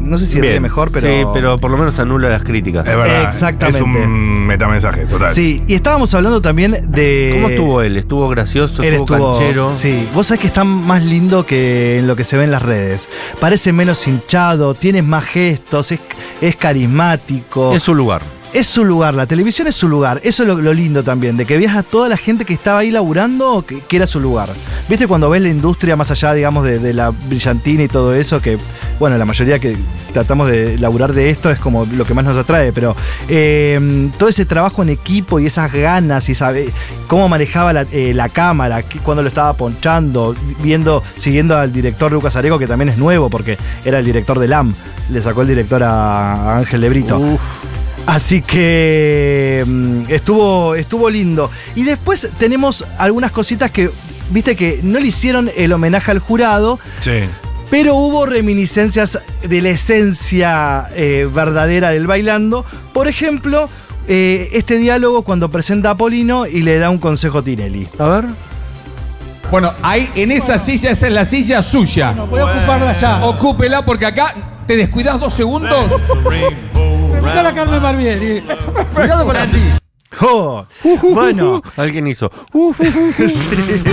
Speaker 1: no sé si ríe
Speaker 3: Bien.
Speaker 1: mejor, pero...
Speaker 3: Sí, pero Eh, por lo menos anula las críticas.
Speaker 4: Es verdad.
Speaker 1: Exactamente.
Speaker 4: Es un metamensaje, total.
Speaker 1: Sí, y estábamos hablando también de...
Speaker 3: ¿Cómo estuvo él? ¿Estuvo gracioso?
Speaker 1: Él
Speaker 3: ¿Estuvo, canchero?
Speaker 1: Sí, vos sabés que está más lindo que en lo que se ve en las redes. Parece menos hinchado, tiene más gestos, es, es carismático.
Speaker 3: En su lugar.
Speaker 1: Es su lugar, la televisión es su lugar. Eso es lo, lo lindo también, de que viaja toda la gente que estaba ahí laburando, que, que era su lugar. ¿Viste cuando ves la industria más allá, digamos, de, de la brillantina y todo eso? Que, bueno, la mayoría que tratamos de laburar de esto es como lo que más nos atrae, pero eh, todo ese trabajo en equipo y esas ganas y sabe cómo manejaba la, eh, la cámara, qué- cuándo lo estaba ponchando, viendo, siguiendo al director Lucas Areco, que también es nuevo porque era el director de LAM, le sacó el director a, a Ángel Lebrito. Así que mm, estuvo, estuvo lindo. Y después tenemos algunas cositas que, viste que no le hicieron el homenaje al jurado,
Speaker 4: Sí.
Speaker 1: pero hubo reminiscencias de la esencia eh, verdadera del bailando. Por ejemplo, eh, este diálogo cuando presenta a Polino y le da un consejo a Tinelli.
Speaker 3: A ver.
Speaker 6: Bueno, ahí en esa silla, esa es la silla suya.
Speaker 9: Voy a ocuparla ya.
Speaker 6: Ocúpela porque acá te descuidas dos segundos.
Speaker 9: Mirá la Carmen Barbieri.
Speaker 6: Cuidado con la silla.
Speaker 1: ¡Jo! Bueno,
Speaker 3: Alguien hizo. Uh, uh, uh.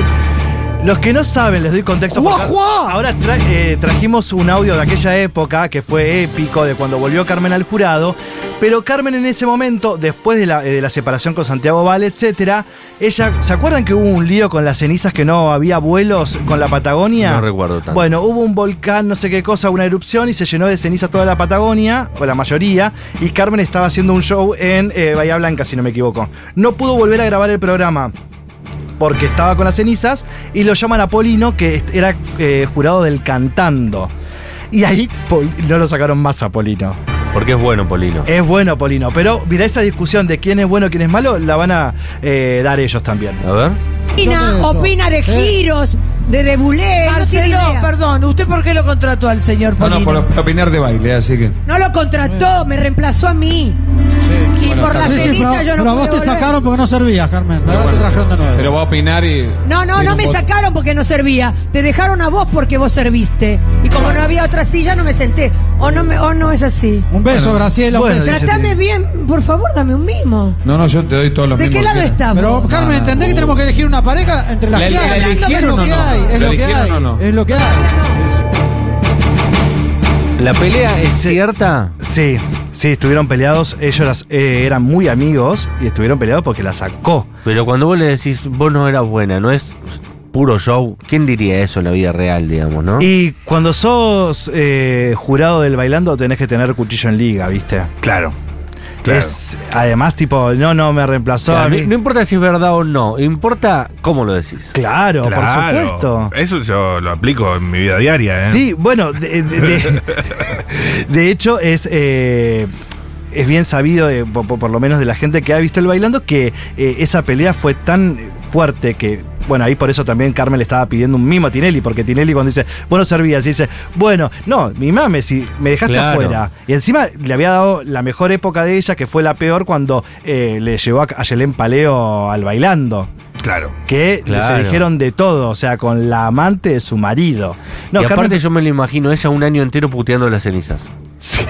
Speaker 1: los que no saben, les doy contexto. porque Ahora tra- eh, trajimos un audio de aquella época que fue épico, de cuando volvió Carmen al jurado. Pero Carmen en ese momento, después de la, eh, de la separación con Santiago Val, etcétera, ella, ¿se acuerdan que hubo un lío con las cenizas que no había vuelos con la Patagonia?
Speaker 3: No recuerdo tanto.
Speaker 1: Bueno, hubo un volcán, no sé qué cosa, una erupción y se llenó de ceniza toda la Patagonia, o la mayoría, y Carmen estaba haciendo un show en eh, Bahía Blanca, si no me equivoco. No pudo volver a grabar el programa porque estaba con las cenizas y lo llaman a Polino, que est- era eh, jurado del cantando. Y ahí Pol- no lo sacaron más a Polino.
Speaker 3: Porque es bueno, Polino.
Speaker 1: Es bueno Polino, pero mira esa discusión de quién es bueno, quién es malo, la van a eh, dar ellos también.
Speaker 3: A ver.
Speaker 9: Yo
Speaker 7: Opina,
Speaker 9: pienso.
Speaker 7: opina de giros, de debulé, no tiene
Speaker 9: Marcelo,
Speaker 7: idea.
Speaker 9: perdón, ¿usted por qué lo contrató al señor
Speaker 6: No,
Speaker 9: Polino?
Speaker 6: no, por opinar de baile, así que.
Speaker 7: No lo contrató, me reemplazó a mí. y
Speaker 6: Bueno,
Speaker 7: por
Speaker 6: está
Speaker 7: la
Speaker 9: Sí, sí,
Speaker 7: ceniza
Speaker 9: pero,
Speaker 7: yo no
Speaker 9: pero a vos
Speaker 7: pude
Speaker 9: te
Speaker 7: volver.
Speaker 9: sacaron porque no servías, Carmen. Ahora
Speaker 6: Pero,
Speaker 9: te trajeron de nuevo.
Speaker 6: va a opinar y.
Speaker 7: No, no,
Speaker 6: y
Speaker 7: no me
Speaker 6: vos-
Speaker 7: sacaron porque no servía. Te dejaron a vos porque vos serviste. Y como no había otra silla, no me senté. O no, me, o no es así.
Speaker 9: Un beso, Graciela. un
Speaker 1: Bueno,
Speaker 9: beso.
Speaker 1: dice-
Speaker 7: Tratame bien, por favor, dame un mimo.
Speaker 6: No, no, yo te doy todos los
Speaker 7: ¿De qué
Speaker 6: mismos
Speaker 7: lado
Speaker 6: que-
Speaker 7: estamos?
Speaker 9: Pero, Carmen, ¿entendés que tenemos que elegir una pareja entre las
Speaker 6: ¿La-
Speaker 9: que
Speaker 6: la
Speaker 9: hay?
Speaker 6: eligieron
Speaker 9: Es lo
Speaker 6: o
Speaker 9: que
Speaker 6: no?
Speaker 9: hay,
Speaker 6: ¿La
Speaker 9: Es lo que
Speaker 6: eligieron o no?
Speaker 9: hay. Es lo que hay.
Speaker 7: Ah.
Speaker 3: ¿La pelea es cierta?
Speaker 1: Sí, sí, estuvieron peleados, ellos las- eh, eran muy amigos y estuvieron peleados porque la sacó.
Speaker 3: Pero cuando vos le decís, vos no eras buena, no es puro show. ¿Quién diría eso en la vida real, digamos, no?
Speaker 1: Y cuando sos eh, jurado del bailando tenés que tener cuchillo en liga, ¿viste?
Speaker 4: Claro. Claro.
Speaker 1: Es además tipo, no, no, me reemplazó
Speaker 3: Claro,
Speaker 1: a
Speaker 3: no,
Speaker 1: mí.
Speaker 3: no importa si es verdad o no, importa cómo lo decís.
Speaker 1: Claro,
Speaker 4: Claro.
Speaker 1: por supuesto.
Speaker 4: Eso yo lo aplico en mi vida diaria, ¿eh?
Speaker 1: Sí, bueno, de, de- de- de hecho es... eh, es bien sabido, eh, po- po- por, lo menos de la gente que ha visto el bailando, que eh, esa pelea fue tan fuerte que, bueno, ahí por eso también Carmen le estaba pidiendo un mimo a Tinelli, porque Tinelli cuando dice, bueno, servías, y dice, bueno, no, mi mame, si me dejaste
Speaker 3: Claro.
Speaker 1: afuera. Y encima le había dado la mejor época de ella, que fue la peor cuando eh, le llevó a, a Yelén Paleo al bailando
Speaker 4: Claro.
Speaker 1: que se
Speaker 3: Claro.
Speaker 1: dijeron de todo, o sea, con la amante de su marido. No,
Speaker 3: y aparte
Speaker 1: Carmen-
Speaker 3: yo me lo imagino ella un año entero puteando las cenizas.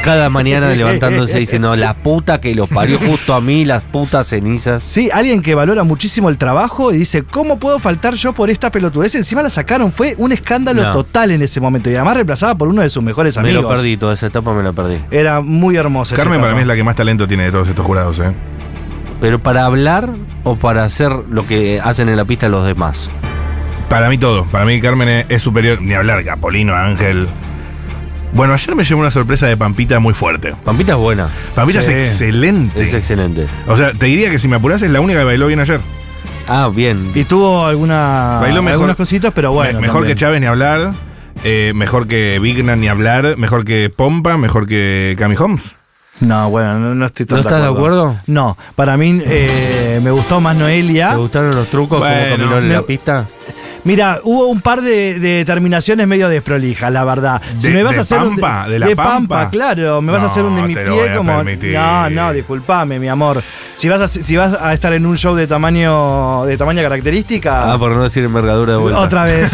Speaker 3: Cada mañana levantándose diciendo, la puta que lo parió justo a mí, las putas cenizas.
Speaker 1: Sí, alguien que valora muchísimo el trabajo y dice, ¿cómo puedo faltar yo por esta pelotudez? Encima la sacaron, fue un escándalo
Speaker 3: No.
Speaker 1: total en ese momento y además reemplazada por uno de sus mejores
Speaker 3: Me
Speaker 1: amigos.
Speaker 3: lo perdí, toda esa etapa me la perdí.
Speaker 1: Era muy hermosa. esa
Speaker 4: Carmen para
Speaker 1: etapa.
Speaker 4: mí es la que más talento tiene de todos estos jurados, ¿eh?
Speaker 3: Pero para hablar o para hacer lo que hacen en la pista los demás.
Speaker 4: Para mí todo. Para mí Carmen es, es superior. Ni hablar, Capolino, Ángel. Bueno, ayer me llevó una sorpresa de Pampita muy fuerte.
Speaker 3: Pampita es buena,
Speaker 4: Pampita
Speaker 1: Sí.
Speaker 4: es excelente.
Speaker 3: es excelente.
Speaker 4: O sea, te diría que si me apuras es la única que bailó bien ayer.
Speaker 3: Ah, bien.
Speaker 1: Y tuvo alguna,
Speaker 4: Bailó mejor-
Speaker 1: Ah, algunas cositas, pero bueno.
Speaker 4: Me- mejor
Speaker 1: también.
Speaker 4: que Chávez ni hablar. eh, mejor que Vigna ni hablar. Mejor que Pompa. Mejor que Cami Holmes.
Speaker 1: No, bueno, no, no estoy tan
Speaker 3: ¿No estás de acuerdo?
Speaker 1: No, para mí eh, me gustó más Noelia.
Speaker 3: ¿Te gustaron los trucos
Speaker 4: Bueno,
Speaker 3: como caminó en
Speaker 1: me-
Speaker 3: la pista?
Speaker 1: Mira, hubo un par de, de determinaciones medio desprolijas, la verdad. Si
Speaker 4: De-
Speaker 1: me vas
Speaker 4: de
Speaker 1: a hacer un-
Speaker 4: Pampa, de La
Speaker 1: Pampa,
Speaker 4: Pampa.
Speaker 1: claro, me vas
Speaker 4: No,
Speaker 1: a hacer un de mi
Speaker 4: te lo voy
Speaker 1: pie
Speaker 4: a
Speaker 1: como
Speaker 4: permitir.
Speaker 1: No, no, disculpame, mi amor. Si vas a si vas a estar en un show de tamaño de tamaño característica,
Speaker 3: Ah, por no decir envergadura de vuelta.
Speaker 1: otra vez.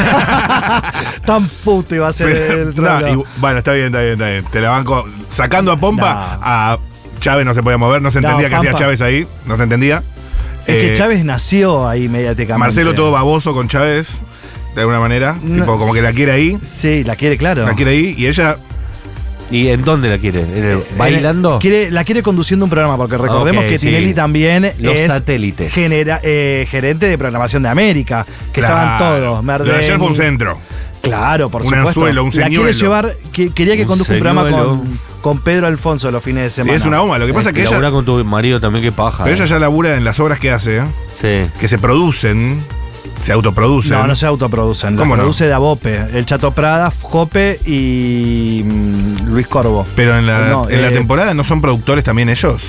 Speaker 1: Tan puto iba a ser el
Speaker 4: Pero- no,
Speaker 1: trolo.
Speaker 4: y- bueno, está bien, está bien, está bien. Te la banco. Sacando a Pompa,
Speaker 1: No.
Speaker 4: a Chávez no se podía mover, no se
Speaker 1: No,
Speaker 4: entendía que hacía
Speaker 1: Pampa.
Speaker 4: Chávez ahí, no se entendía.
Speaker 1: Es que
Speaker 4: Eh,
Speaker 1: Chávez nació ahí mediáticamente.
Speaker 4: Marcelo todo baboso con Chávez, de alguna manera,
Speaker 1: No.
Speaker 4: tipo, como que la quiere ahí,
Speaker 1: Sí, la quiere, claro.
Speaker 4: la quiere ahí, y ella,
Speaker 3: ¿Y en dónde la quiere? ¿En
Speaker 4: Eh,
Speaker 3: el- ¿Bailando?
Speaker 1: Quiere, la quiere conduciendo un programa, porque recordemos
Speaker 3: Ok,
Speaker 1: que
Speaker 3: sí.
Speaker 1: Tinelli también
Speaker 3: Los
Speaker 1: es
Speaker 3: satélites.
Speaker 1: genera- eh, gerente de programación de América, que estaban
Speaker 4: claro,
Speaker 1: todos.
Speaker 4: Lo de ayer fue un centro.
Speaker 1: Claro, por
Speaker 4: un
Speaker 1: supuesto.
Speaker 4: anzuelo, un
Speaker 1: la quiere
Speaker 4: señuelo.
Speaker 1: llevar, que- quería que
Speaker 3: Un
Speaker 1: conduzca un programa
Speaker 3: señuelo.
Speaker 1: con, con Pedro Alfonso los fines de semana.
Speaker 4: Es una bomba. Lo que pasa es que
Speaker 3: Eh, labura
Speaker 4: ella,
Speaker 3: con tu marido también, qué paja.
Speaker 4: pero ella
Speaker 3: eh.
Speaker 4: ya labura en las obras que hace,
Speaker 3: Sí.
Speaker 4: que se producen, se autoproducen.
Speaker 1: No, no se autoproducen. Lo
Speaker 4: ¿Cómo no?
Speaker 1: produce Davope, el Chato Prada, Jope y mm, Luis Corvo.
Speaker 4: Pero en la,
Speaker 1: No,
Speaker 4: en la
Speaker 1: eh,
Speaker 4: temporada no son productores también ellos.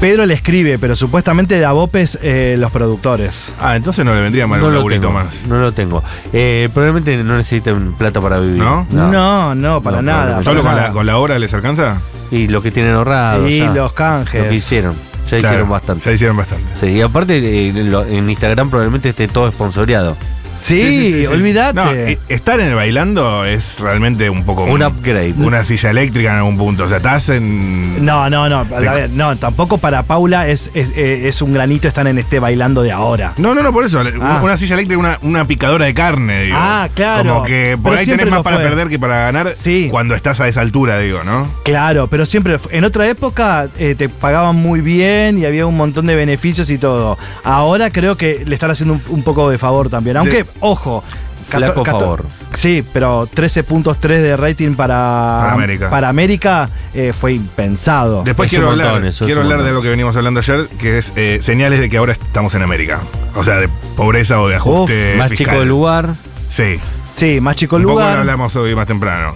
Speaker 1: Pedro le escribe, pero supuestamente Davope es eh, los productores.
Speaker 4: Ah, entonces no le vendría mal
Speaker 3: No
Speaker 4: un
Speaker 3: lo,
Speaker 4: laburito
Speaker 3: tengo,
Speaker 4: más.
Speaker 3: no lo tengo. Eh, probablemente no necesiten plata para vivir.
Speaker 4: ¿No?
Speaker 1: No, no, para
Speaker 3: No,
Speaker 1: nada.
Speaker 3: no,
Speaker 4: ¿Solo
Speaker 1: para
Speaker 4: con la,
Speaker 1: nada.
Speaker 4: con la obra les alcanza?
Speaker 3: Y lo que tienen ahorrado.
Speaker 1: Y
Speaker 3: ya.
Speaker 1: los
Speaker 3: Lo que
Speaker 1: canjes.
Speaker 3: hicieron. Ya
Speaker 4: Claro,
Speaker 3: hicieron bastante.
Speaker 4: Ya hicieron bastante.
Speaker 3: Sí, y aparte eh, lo- en Instagram probablemente esté todo esponsoreado.
Speaker 1: Sí, olvídate.
Speaker 4: No, e- estar en el bailando es realmente un poco.
Speaker 3: Un upgrade.
Speaker 4: Una silla eléctrica en algún punto. O sea, estás en.
Speaker 1: No, no, no. a ver, no, tampoco para Paula es, es, eh, es un granito estar en este bailando de ahora.
Speaker 4: No, no, no, por eso. Una-
Speaker 1: Ah.
Speaker 4: Una silla eléctrica, una, una picadora de carne, digo.
Speaker 1: Ah, claro.
Speaker 4: Como que por
Speaker 1: Pero
Speaker 4: ahí tenés
Speaker 1: siempre
Speaker 4: más
Speaker 1: lo
Speaker 4: para
Speaker 1: fue.
Speaker 4: perder que para ganar
Speaker 1: Sí.
Speaker 4: cuando estás a esa altura, digo, ¿no?
Speaker 1: Claro, pero siempre. En otra época eh, te pagaban muy bien y había un montón de beneficios y todo. Ahora creo que le están haciendo un, un poco de favor también. Aunque, ojo. cato-
Speaker 3: Flaco
Speaker 1: cato-
Speaker 3: favor.
Speaker 1: Sí, pero 13.3 de rating para,
Speaker 4: Para América.
Speaker 1: para América, eh, fue impensado.
Speaker 4: Después
Speaker 3: Es un
Speaker 4: quiero
Speaker 3: montón,
Speaker 4: hablar,
Speaker 3: eso es
Speaker 4: quiero
Speaker 3: un
Speaker 4: hablar de
Speaker 3: montón.
Speaker 4: lo que venimos hablando ayer, que es eh, señales de que ahora estamos en América. O sea, de pobreza o de ajuste.
Speaker 3: más
Speaker 4: fiscal.
Speaker 3: chico de lugar.
Speaker 4: Sí.
Speaker 1: Sí, más chico
Speaker 4: Un
Speaker 1: el
Speaker 4: poco lo
Speaker 1: lugar.
Speaker 4: hablamos hoy más temprano.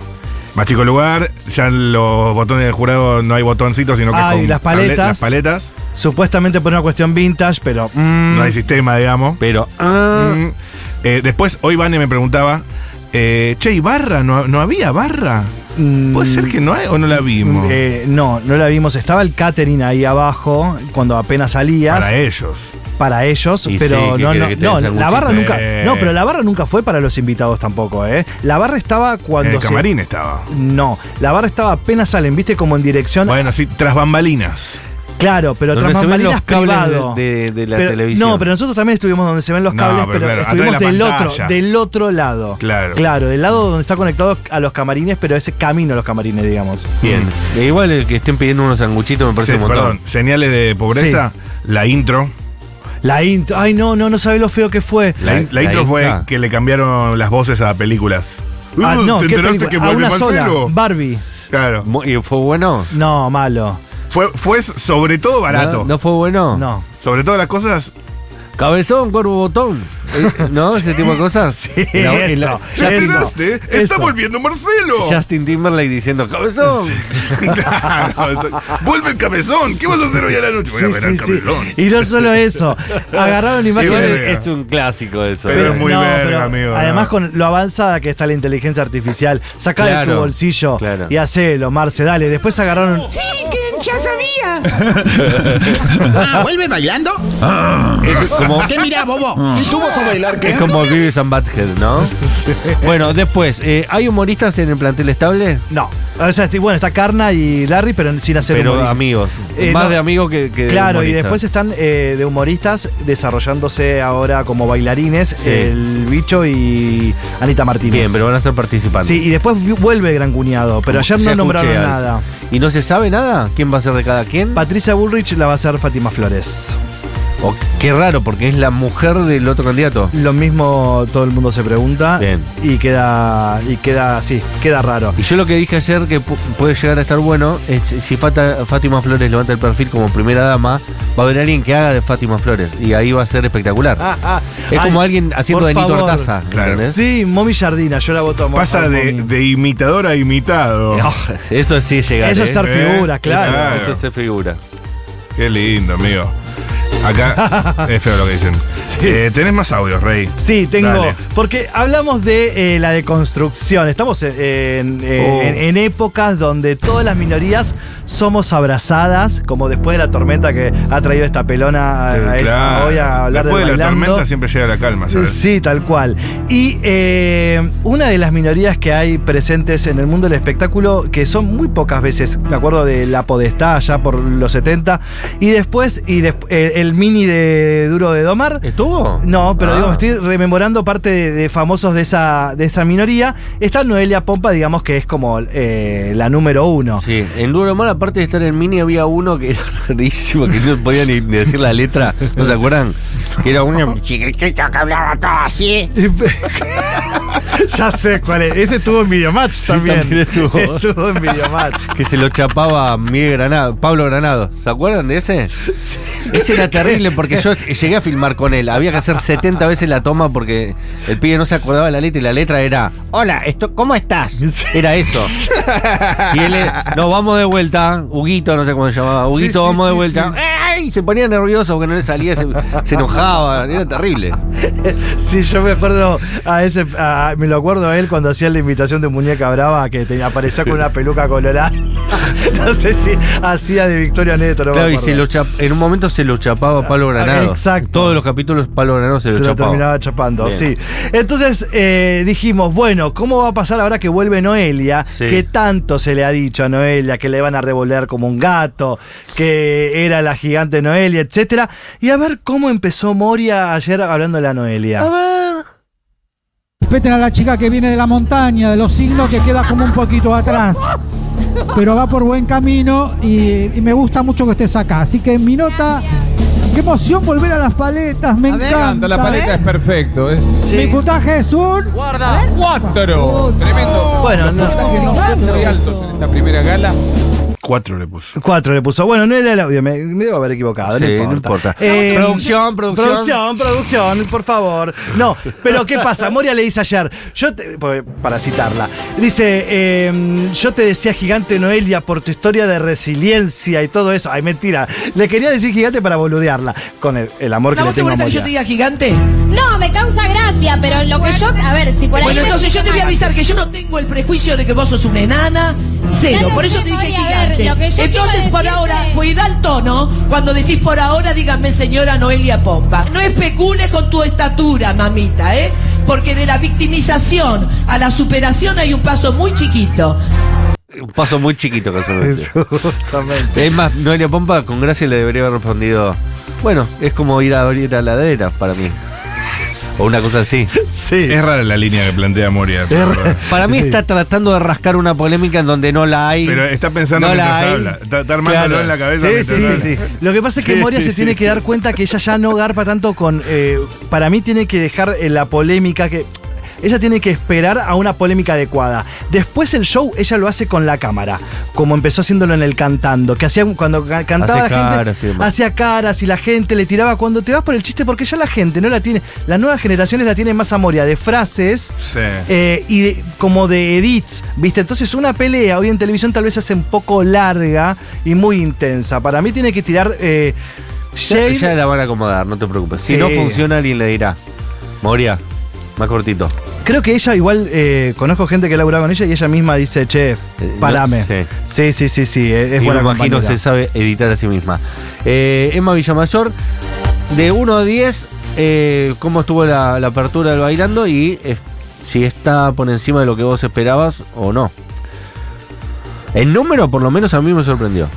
Speaker 4: Más chico lugar, ya en los botones del jurado no hay botoncitos, sino que es
Speaker 1: Ah, y
Speaker 4: con
Speaker 1: las
Speaker 4: tablet-
Speaker 1: paletas.
Speaker 4: las paletas.
Speaker 1: Supuestamente por una cuestión vintage, pero.
Speaker 4: No hay sistema, digamos.
Speaker 3: Pero. ah,
Speaker 4: Mm. Eh, después, hoy Vane me preguntaba, eh, che, ¿y barra? ¿No, no había barra?
Speaker 1: mm,
Speaker 4: ¿Puede ser que no hay o no la vimos?
Speaker 1: Eh, no, no la vimos. Estaba el catering ahí abajo cuando apenas salías
Speaker 4: Para
Speaker 1: para,
Speaker 4: ellos.
Speaker 1: ellos,
Speaker 3: Y sí,
Speaker 1: pero
Speaker 3: ¿qué
Speaker 1: no,
Speaker 3: querés
Speaker 1: no,
Speaker 3: que te
Speaker 1: no,
Speaker 3: den
Speaker 1: la barra
Speaker 3: sanguchito?
Speaker 1: nunca,
Speaker 4: Eh.
Speaker 1: no, pero la barra nunca fue para los invitados tampoco, ¿eh? La barra estaba
Speaker 4: En
Speaker 1: cuando
Speaker 4: el
Speaker 1: se-
Speaker 4: camarín estaba.
Speaker 1: no, la barra estaba apenas salen, viste como en dirección,
Speaker 4: Bueno, sí, tras bambalinas.
Speaker 1: claro, pero
Speaker 3: donde
Speaker 1: tras
Speaker 3: se ven los
Speaker 1: bambalinas
Speaker 3: cables
Speaker 1: privado.
Speaker 3: de, de- de la
Speaker 1: Pero-
Speaker 3: televisión.
Speaker 1: No, pero nosotros también estuvimos donde se ven los
Speaker 4: No,
Speaker 1: cables,
Speaker 4: pero
Speaker 1: pero,
Speaker 4: claro, atrás de
Speaker 1: estuvimos
Speaker 4: la
Speaker 1: del
Speaker 4: pantalla.
Speaker 1: otro, del otro lado.
Speaker 4: Claro.
Speaker 1: Claro, del lado donde está conectado a los camarines, pero ese camino a los camarines, digamos.
Speaker 4: Bien.
Speaker 3: E igual el que estén pidiendo unos sanguchitos me parece
Speaker 4: Se-
Speaker 3: un montón.
Speaker 4: Mm. perdón, señales de pobreza, la intro.
Speaker 1: La intro, ay no, no, no sabe lo feo que fue.
Speaker 4: La, in-
Speaker 3: la
Speaker 4: la intro fue
Speaker 3: intro.
Speaker 4: que le cambiaron las voces a películas.
Speaker 1: Ah,
Speaker 4: Uh,
Speaker 1: no,
Speaker 4: ¿Te
Speaker 1: ¿qué
Speaker 4: enteraste
Speaker 1: película?
Speaker 4: que
Speaker 1: a
Speaker 4: volvió
Speaker 1: una sola,
Speaker 4: Marcelo?
Speaker 1: Barbie.
Speaker 4: Claro.
Speaker 3: Mu- ¿Y fue bueno?
Speaker 1: No, malo.
Speaker 4: Fue, fue sobre todo barato.
Speaker 3: ¿No, no fue bueno?
Speaker 1: No.
Speaker 4: Sobre todo las cosas.
Speaker 3: Cabezón, cuervo botón. Eh, ¿No? Ese tipo de cosas. Sí,
Speaker 1: eso.
Speaker 4: ¿Te
Speaker 1: Eso,
Speaker 4: enteraste? ¡Está
Speaker 1: eso.
Speaker 4: volviendo Marcelo!
Speaker 3: Justin Timberlake diciendo, cabezón.
Speaker 4: Claro, eso- ¡Vuelve el cabezón! ¿Qué vas a hacer hoy a la noche? Voy a
Speaker 1: Sí,
Speaker 4: ver
Speaker 1: sí,
Speaker 4: al
Speaker 1: sí.
Speaker 4: cabezón.
Speaker 1: Y no solo eso. Agarraron
Speaker 3: Igual
Speaker 1: imágenes.
Speaker 4: verga.
Speaker 3: es un clásico eso.
Speaker 4: Pero
Speaker 3: ¿verdad?
Speaker 4: es muy verga, amigo,
Speaker 1: Además,
Speaker 4: ¿no?
Speaker 1: con lo avanzada que está la inteligencia artificial, sacá de
Speaker 3: Claro,
Speaker 1: tu bolsillo
Speaker 3: claro.
Speaker 1: y hacelo, Marce, dale. Después agarraron.
Speaker 2: Ah, ¿Vuelve bailando?
Speaker 3: Es como,
Speaker 2: ¿Qué mira, bobo?
Speaker 1: Ah.
Speaker 2: ¿Y tú vas a bailar qué?
Speaker 3: es como Vives and Butthead, ¿no? Bueno, después, eh, ¿hay humoristas en el plantel estable?
Speaker 1: No. O sea, estoy- bueno, está Carna y Larry, pero sin hacer
Speaker 3: Pero
Speaker 1: humorismo.
Speaker 3: amigos.
Speaker 1: Eh,
Speaker 3: más
Speaker 1: no.
Speaker 3: de amigos que, que de
Speaker 1: Claro, y
Speaker 3: humoristas.
Speaker 1: después están eh, de humoristas desarrollándose ahora como bailarines el bicho y Anita Martínez.
Speaker 3: Bien, pero van a ser participantes.
Speaker 1: Sí, y después vi- vuelve Gran Cuñado, pero ayer
Speaker 3: Se
Speaker 1: no nombraron
Speaker 3: escuché algo.
Speaker 1: nada.
Speaker 3: ¿Y no se sabe nada? ¿Quién va a ser de cada quien?
Speaker 1: Patricia Bullrich la va a hacer Fátima Flores.
Speaker 3: O, qué raro, porque es la mujer del otro candidato.
Speaker 1: Lo mismo todo el mundo se pregunta.
Speaker 3: Bien.
Speaker 1: Y queda. Y queda. Sí, queda raro.
Speaker 3: Y yo lo que dije ayer que pu- puede llegar a estar bueno es si Fata- Fátima Flores levanta el perfil como primera dama, va a haber alguien que haga de Fátima Flores y ahí va a ser espectacular. es como
Speaker 1: Ah, Ay,
Speaker 3: alguien haciendo
Speaker 1: por
Speaker 3: de ¿eh? Nito
Speaker 1: favor.
Speaker 3: Artaza,
Speaker 4: Claro.
Speaker 3: ¿entendés?
Speaker 1: Sí, Momi Jardina, yo la voto a Mo- a
Speaker 4: Pasa de,
Speaker 1: Momi.
Speaker 4: de imitador a imitado.
Speaker 3: Oh, eso sí es llegar.
Speaker 1: Eso
Speaker 3: ¿eh?
Speaker 1: es ser
Speaker 4: Eh,
Speaker 1: figura, claro.
Speaker 4: claro.
Speaker 3: Eso es ser figura.
Speaker 4: Qué lindo, amigo. Acá es feo lo que dicen. Eh, tenés más audios, Rey.
Speaker 1: Sí, tengo.
Speaker 4: Dale.
Speaker 1: Porque hablamos de eh, la deconstrucción. Estamos en, en- eh,
Speaker 4: Oh.
Speaker 1: en- en épocas donde todas las minorías somos abrazadas, como después de la tormenta que ha traído esta pelona a, a-
Speaker 4: Eh,
Speaker 1: a hoy a hablar
Speaker 4: Después de la
Speaker 1: Bailando.
Speaker 4: tormenta siempre llega la calma, ¿sabes?
Speaker 1: Sí, tal cual. Y eh, una de las minorías que hay presentes en el mundo del espectáculo, que son muy pocas veces, me acuerdo de La Podestá allá por los 70, y después y desp- eh, el mini de Duro de Domar.
Speaker 3: ¿Estuvo?
Speaker 1: No, pero
Speaker 3: Ah.
Speaker 1: digo, estoy rememorando parte de, de famosos de esa, de esa minoría. Está Noelia Pompa, digamos que es como eh, la número uno.
Speaker 3: Sí, en Duro Mal, aparte de estar en Mini, había uno que era rarísimo, que no podía ni ni decir la letra, ¿no se acuerdan? Que era una chiquitita que hablaba todo así.
Speaker 1: ya sé cuál es. Ese estuvo en Videomatch también.
Speaker 3: también estuvo.
Speaker 1: Estuvo en Videomatch.
Speaker 3: Que se lo chapaba a Miguel Granado, Pablo Granado. ¿Se acuerdan de ese? Ese era terrible porque yo llegué a filmar con él. Había que hacer 70 veces la toma porque el pibe no se acordaba de la letra y la letra era: Hola, esto, ¿cómo estás? Era eso. Y él, eh, no, vamos de vuelta. Huguito, no sé cómo se llamaba. Huguito,
Speaker 1: sí,
Speaker 3: vamos de
Speaker 1: sí,
Speaker 3: vuelta. ¡Ay! Se ponía nervioso porque no le salía, se, se enojaba. Era terrible.
Speaker 1: Sí, yo me acuerdo a ese. a- me lo acuerdo a él cuando hacía la invitación de Muñeca Brava que te, aparecía con una peluca colorada. no sé si hacía de Victoria Neto. No me
Speaker 3: Claro, y
Speaker 1: acuerdo. Ah,
Speaker 3: se lo chap- en un momento se lo chapaba a Pablo Granado.
Speaker 1: Exacto.
Speaker 3: Todos los capítulos Pablo Granado se lo
Speaker 1: se lo
Speaker 3: chapaba.
Speaker 1: terminaba chapando,
Speaker 3: Bien.
Speaker 1: sí. Entonces eh, dijimos, bueno, ¿cómo va a pasar ahora que vuelve Noelia?
Speaker 3: Sí.
Speaker 1: Que tanto se le ha dicho a Noelia, que le van a revolear como un gato, que era la gigante Noelia, etcétera. Y a ver cómo empezó Moria ayer hablando de la Noelia.
Speaker 9: Respeten a la chica que viene de la montaña, de los signos, que queda como un poquito atrás. Pero va por buen camino y, y me gusta mucho que estés acá. Así que mi nota, qué emoción volver a las paletas, me
Speaker 10: A ver.
Speaker 9: encanta. ¿eh?
Speaker 6: La paleta es perfecto, es.
Speaker 9: Mi puntaje es un...
Speaker 10: Guarda.
Speaker 6: ¡Cuatro! Tremendo.
Speaker 1: Bueno, no.
Speaker 6: Puntajes no son muy altos en esta primera gala.
Speaker 4: Cuatro le puso.
Speaker 1: Cuatro le puso. Bueno, no era el audio, me, me debo haber equivocado.
Speaker 3: Sí,
Speaker 1: no
Speaker 3: no
Speaker 1: importa. Eh,
Speaker 3: importa. Producción, producción.
Speaker 1: Producción, producción, por favor. No, pero ¿qué pasa? Moria le dice ayer, yo te- pues, para citarla, dice, eh, yo te decía gigante Noelia por tu historia de resiliencia y todo eso. Ay, mentira. Le quería decir gigante para boludearla, con el, el amor que
Speaker 10: ¿No
Speaker 1: le
Speaker 10: vos te
Speaker 1: tengo a
Speaker 10: molesta que yo
Speaker 1: Moria.
Speaker 10: te diga gigante?
Speaker 2: No, me causa gracia, pero lo que yo. A ver, si por ahí.
Speaker 10: Bueno,
Speaker 2: me
Speaker 10: entonces yo
Speaker 2: dicen
Speaker 10: te voy a
Speaker 2: algo.
Speaker 10: avisar que yo no tengo el prejuicio de que vos sos una enana.
Speaker 2: Ya
Speaker 10: Cero,
Speaker 2: lo
Speaker 10: por eso
Speaker 2: sé,
Speaker 10: te dije
Speaker 2: Mori, a ver,
Speaker 10: gigante.
Speaker 2: lo que yo
Speaker 10: Entonces,
Speaker 2: quiero
Speaker 10: por
Speaker 2: decirte-
Speaker 10: ahora, cuida el tono. Cuando decís por ahora, díganme señora Noelia Pompa. No especules con tu estatura, mamita, ¿eh? Porque de la victimización a la superación hay un paso muy chiquito.
Speaker 3: Un paso muy chiquito, casualmente.
Speaker 1: Justamente.
Speaker 3: Es más, Noelia Pompa con gracia le debería haber respondido. Bueno, es como ir a abrir la ladera para mí. O una cosa así.
Speaker 1: Sí.
Speaker 4: Es rara la línea que plantea Moria. la verdad.
Speaker 3: Para mí está tratando de rascar una polémica en donde no la hay.
Speaker 4: Pero está pensando
Speaker 3: No la
Speaker 4: mientras
Speaker 3: hay.
Speaker 4: habla. Está, está armándolo
Speaker 3: Claro.
Speaker 4: en la cabeza.
Speaker 1: Sí,
Speaker 4: mientras
Speaker 1: sí, sí,
Speaker 4: habla.
Speaker 1: sí. Lo que pasa es que
Speaker 4: Sí,
Speaker 1: Moria
Speaker 4: sí,
Speaker 1: se
Speaker 4: sí,
Speaker 1: tiene que
Speaker 4: sí.
Speaker 1: dar cuenta que ella ya no garpa tanto con. eh, para mí tiene que dejar eh, la polémica que. Ella tiene que esperar a una polémica adecuada. Después el show ella lo hace con la cámara, como empezó haciéndolo en el cantando, que hacía cuando ca- cantaba
Speaker 3: Hace
Speaker 1: la
Speaker 3: caras y
Speaker 1: gente
Speaker 3: demás.
Speaker 1: hacía caras y la gente le tiraba cuando te vas por el chiste porque ya la gente no la tiene, las nuevas generaciones la tienen más a Moria de frases
Speaker 4: Sí.
Speaker 1: eh, y de- como de edits, ¿viste? Entonces una pelea hoy en televisión tal vez hace un poco larga y muy intensa. Para mí tiene que tirar eh,
Speaker 3: Ya,
Speaker 1: shade.
Speaker 3: ya la van a acomodar, no te preocupes. Si
Speaker 1: Sí.
Speaker 3: no funciona, alguien le dirá. Moria, más cortito.
Speaker 1: Creo que ella igual, eh, conozco gente que ha laburado con ella y ella misma dice, che,
Speaker 3: Eh, no
Speaker 1: parame.
Speaker 3: sé.
Speaker 1: Sí, sí, sí, sí, eh, es, es
Speaker 3: Y
Speaker 1: buena
Speaker 3: me imagino
Speaker 1: compañera.
Speaker 3: se sabe editar a sí misma. Eh, Emma Villamayor, de 1 a 10, eh, ¿cómo estuvo la, la apertura del bailando? Y eh, si está por encima de lo que vos esperabas o no. El número, por lo menos, a mí me sorprendió.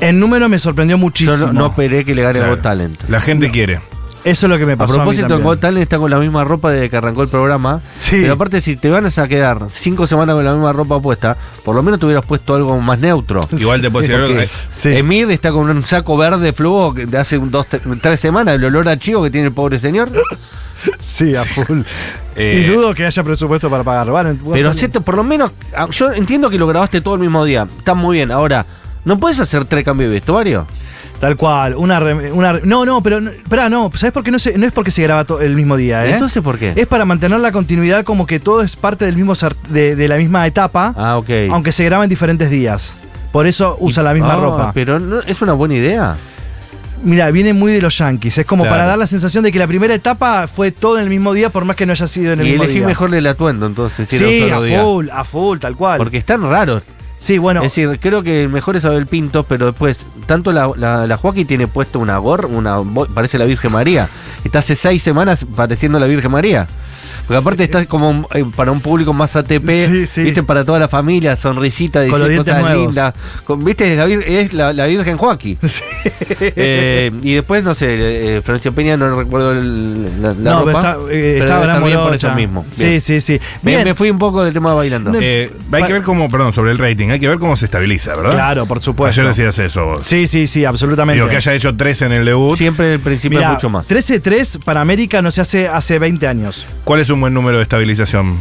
Speaker 1: En número me sorprendió
Speaker 3: Yo
Speaker 1: muchísimo.
Speaker 3: no, no esperé que le gane
Speaker 4: Claro.
Speaker 3: Got Talent.
Speaker 4: La gente quiere.
Speaker 1: Eso es lo que me
Speaker 3: A
Speaker 1: pasó. mí
Speaker 3: propósito,
Speaker 1: también.
Speaker 3: Got Talent está con la misma ropa desde que arrancó el programa.
Speaker 1: Sí.
Speaker 3: Pero aparte, si te van a quedar cinco semanas con la misma ropa puesta, por lo menos te hubieras puesto algo más neutro.
Speaker 4: Igual te puedo decir algo.
Speaker 3: Porque eh, Emir está con un saco verde fluo que- de hace un, dos, tre- tres semanas, el olor a chivo que tiene el pobre señor.
Speaker 1: Sí, a full.
Speaker 4: Eh,
Speaker 1: y dudo que hacía presupuesto para pagarlo. Bueno, Got
Speaker 3: Pero
Speaker 1: Talent-
Speaker 3: hacete por lo menos, ah, yo entiendo que lo grabaste todo el mismo día, está muy bien. Ahora, ¿no puedes hacer tres cambios de vestuario?
Speaker 1: Tal cual, una, rem- una re- no, no, pero para no, ¿sabes por qué no, se- no es porque se graba to- el mismo día, eh?
Speaker 3: Entonces, ¿por qué?
Speaker 1: es para mantener la continuidad como que todo es parte del mismo sar- de, de la misma etapa,
Speaker 3: Ah, ok.
Speaker 1: aunque se graba en diferentes días. Por eso usa la misma
Speaker 3: Ah,
Speaker 1: ropa.
Speaker 3: Pero no- es una buena idea.
Speaker 1: Mira, viene muy de los Yankees, es como
Speaker 3: Claro.
Speaker 1: para dar la sensación de que la primera etapa fue todo en el mismo día por más que no haya sido en el
Speaker 3: Y
Speaker 1: mismo
Speaker 3: elegí
Speaker 1: día.
Speaker 3: mejor el atuendo, entonces. si era un
Speaker 1: sí,
Speaker 3: solo
Speaker 1: a
Speaker 3: día.
Speaker 1: full, a full, tal cual.
Speaker 3: Porque están raros.
Speaker 1: sí, bueno,
Speaker 3: Es decir, creo que el mejor es Abel Pintos, pero después, tanto la, la, la Joaquín tiene puesto una gorra, una, bo- parece la Virgen María. Está hace seis semanas pareciendo la Virgen María. Porque aparte está como eh, para un público más ATP,
Speaker 1: Sí, sí.
Speaker 3: viste, para toda la familia, sonrisita,
Speaker 1: Con los
Speaker 3: decir
Speaker 1: dientes
Speaker 3: cosas
Speaker 1: nuevos.
Speaker 3: lindas. Con- viste, es la, vir- es la, la Virgen Joaquín. Eh, y después, no sé, eh, Florencio Peña, no recuerdo el- la, la
Speaker 1: no,
Speaker 3: ropa.
Speaker 1: pero está, eh, está
Speaker 3: pero debe estar bien por
Speaker 1: Bramorocha.
Speaker 3: eso mismo.
Speaker 1: Sí,
Speaker 3: Bien.
Speaker 1: sí, sí.
Speaker 3: Me-
Speaker 1: Bien,
Speaker 3: Me, fui un poco del tema de bailando.
Speaker 1: No,
Speaker 4: eh, hay que ver cómo, perdón, sobre el rating, hay que ver cómo se estabiliza, ¿verdad?
Speaker 1: claro, por supuesto.
Speaker 4: Ayer decías eso vos.
Speaker 1: Sí, sí, sí, absolutamente.
Speaker 4: Digo, que haya hecho tres en el debut.
Speaker 3: Siempre el principio
Speaker 1: Mirá,
Speaker 3: es mucho más.
Speaker 1: 13-3 para América no se hace hace 20 años.
Speaker 4: ¿Cuál es un buen número de estabilización?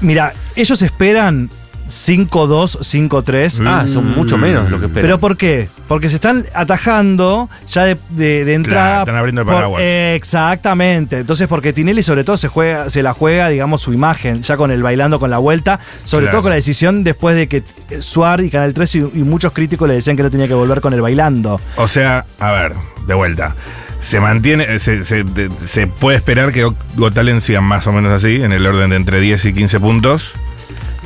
Speaker 1: Mira, ellos esperan 5-2, 5-3.
Speaker 3: Ah, son mucho menos lo que esperan.
Speaker 1: ¿Pero por qué? Porque se están atajando ya de, de- de entrada.
Speaker 4: están abriendo el
Speaker 1: por-
Speaker 4: paraguas.
Speaker 1: eh, exactamente. Entonces, porque Tinelli sobre todo se juega, se la juega, digamos, su imagen, ya con el bailando con la vuelta, sobre
Speaker 4: Claro.
Speaker 1: todo con la decisión después de que eh, Suar y Canal 3 y, y muchos críticos le decían que no tenía que volver con el bailando.
Speaker 4: O sea, a ver, de vuelta. Se mantiene, eh, se, se- de- se puede esperar que Gotalen sea más o menos así, en el orden de entre 10 y 15 puntos,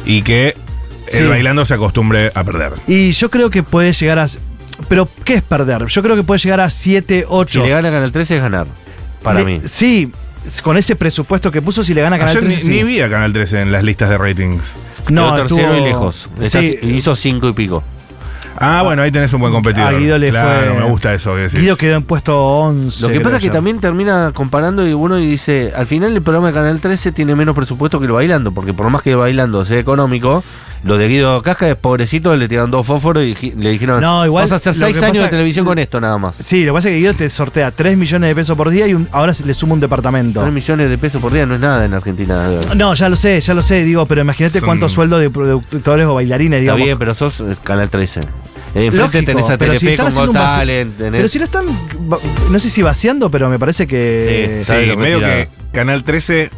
Speaker 4: y que
Speaker 1: Sí.
Speaker 4: el bailando se acostumbre a perder.
Speaker 1: Y yo creo que puede llegar a. Pero, ¿qué es perder? Yo creo que puede llegar a 7, 8.
Speaker 3: Si le gana Canal 13 es ganar. Para
Speaker 1: Le-
Speaker 3: mí.
Speaker 1: Sí, s- con ese presupuesto que puso, si le gana Canal
Speaker 4: Ayer
Speaker 1: 13.
Speaker 4: ni,
Speaker 1: sí.
Speaker 4: ni vi a Canal 13 en las listas de ratings.
Speaker 3: Quedó tercero
Speaker 1: estuvo-
Speaker 3: y lejos. Está-
Speaker 1: Sí,
Speaker 3: Hizo cinco y pico.
Speaker 4: Ah, bueno, ahí tenés un buen competidor.
Speaker 1: a Guido le
Speaker 4: claro,
Speaker 1: fue-
Speaker 4: me gusta eso que decís.
Speaker 1: Guido quedó en puesto 11.
Speaker 3: Lo que
Speaker 1: creo
Speaker 3: pasa es que
Speaker 1: yo.
Speaker 3: también termina comparando y uno y dice, al final el programa de Canal 13 tiene menos presupuesto que el bailando, porque por más que el bailando sea económico, lo de Guido Casca es pobrecito, le tiraron dos fósforos y dij- le dijeron,
Speaker 1: No, igual
Speaker 3: vas a hacer
Speaker 1: lo
Speaker 3: seis
Speaker 1: que
Speaker 3: años
Speaker 1: pasa-
Speaker 3: de televisión con esto nada más.
Speaker 1: Sí, lo que pasa es que Guido te sortea 3 millones de pesos por día y un- ahora se- le suma un departamento.
Speaker 3: Tres millones de pesos por día no es nada en Argentina. Está
Speaker 1: No, ya lo sé, ya lo sé, digo, pero imagínate
Speaker 4: Son-
Speaker 1: cuánto sueldo de productores o bailarines, digamos.
Speaker 3: bien, pero sos eh, Canal 13. Eh, Enfrente
Speaker 1: Lógico,
Speaker 3: tenés
Speaker 1: pero
Speaker 3: a Telefe
Speaker 1: si están
Speaker 3: con
Speaker 1: haciendo
Speaker 3: Got
Speaker 1: un vaci-
Speaker 3: Talent, tenés-
Speaker 1: Pero si lo están, va- no sé si vaciando, pero me parece que...
Speaker 3: Sí,
Speaker 4: Sí,
Speaker 3: sabe lo
Speaker 4: medio
Speaker 3: retirado.
Speaker 4: que Canal 13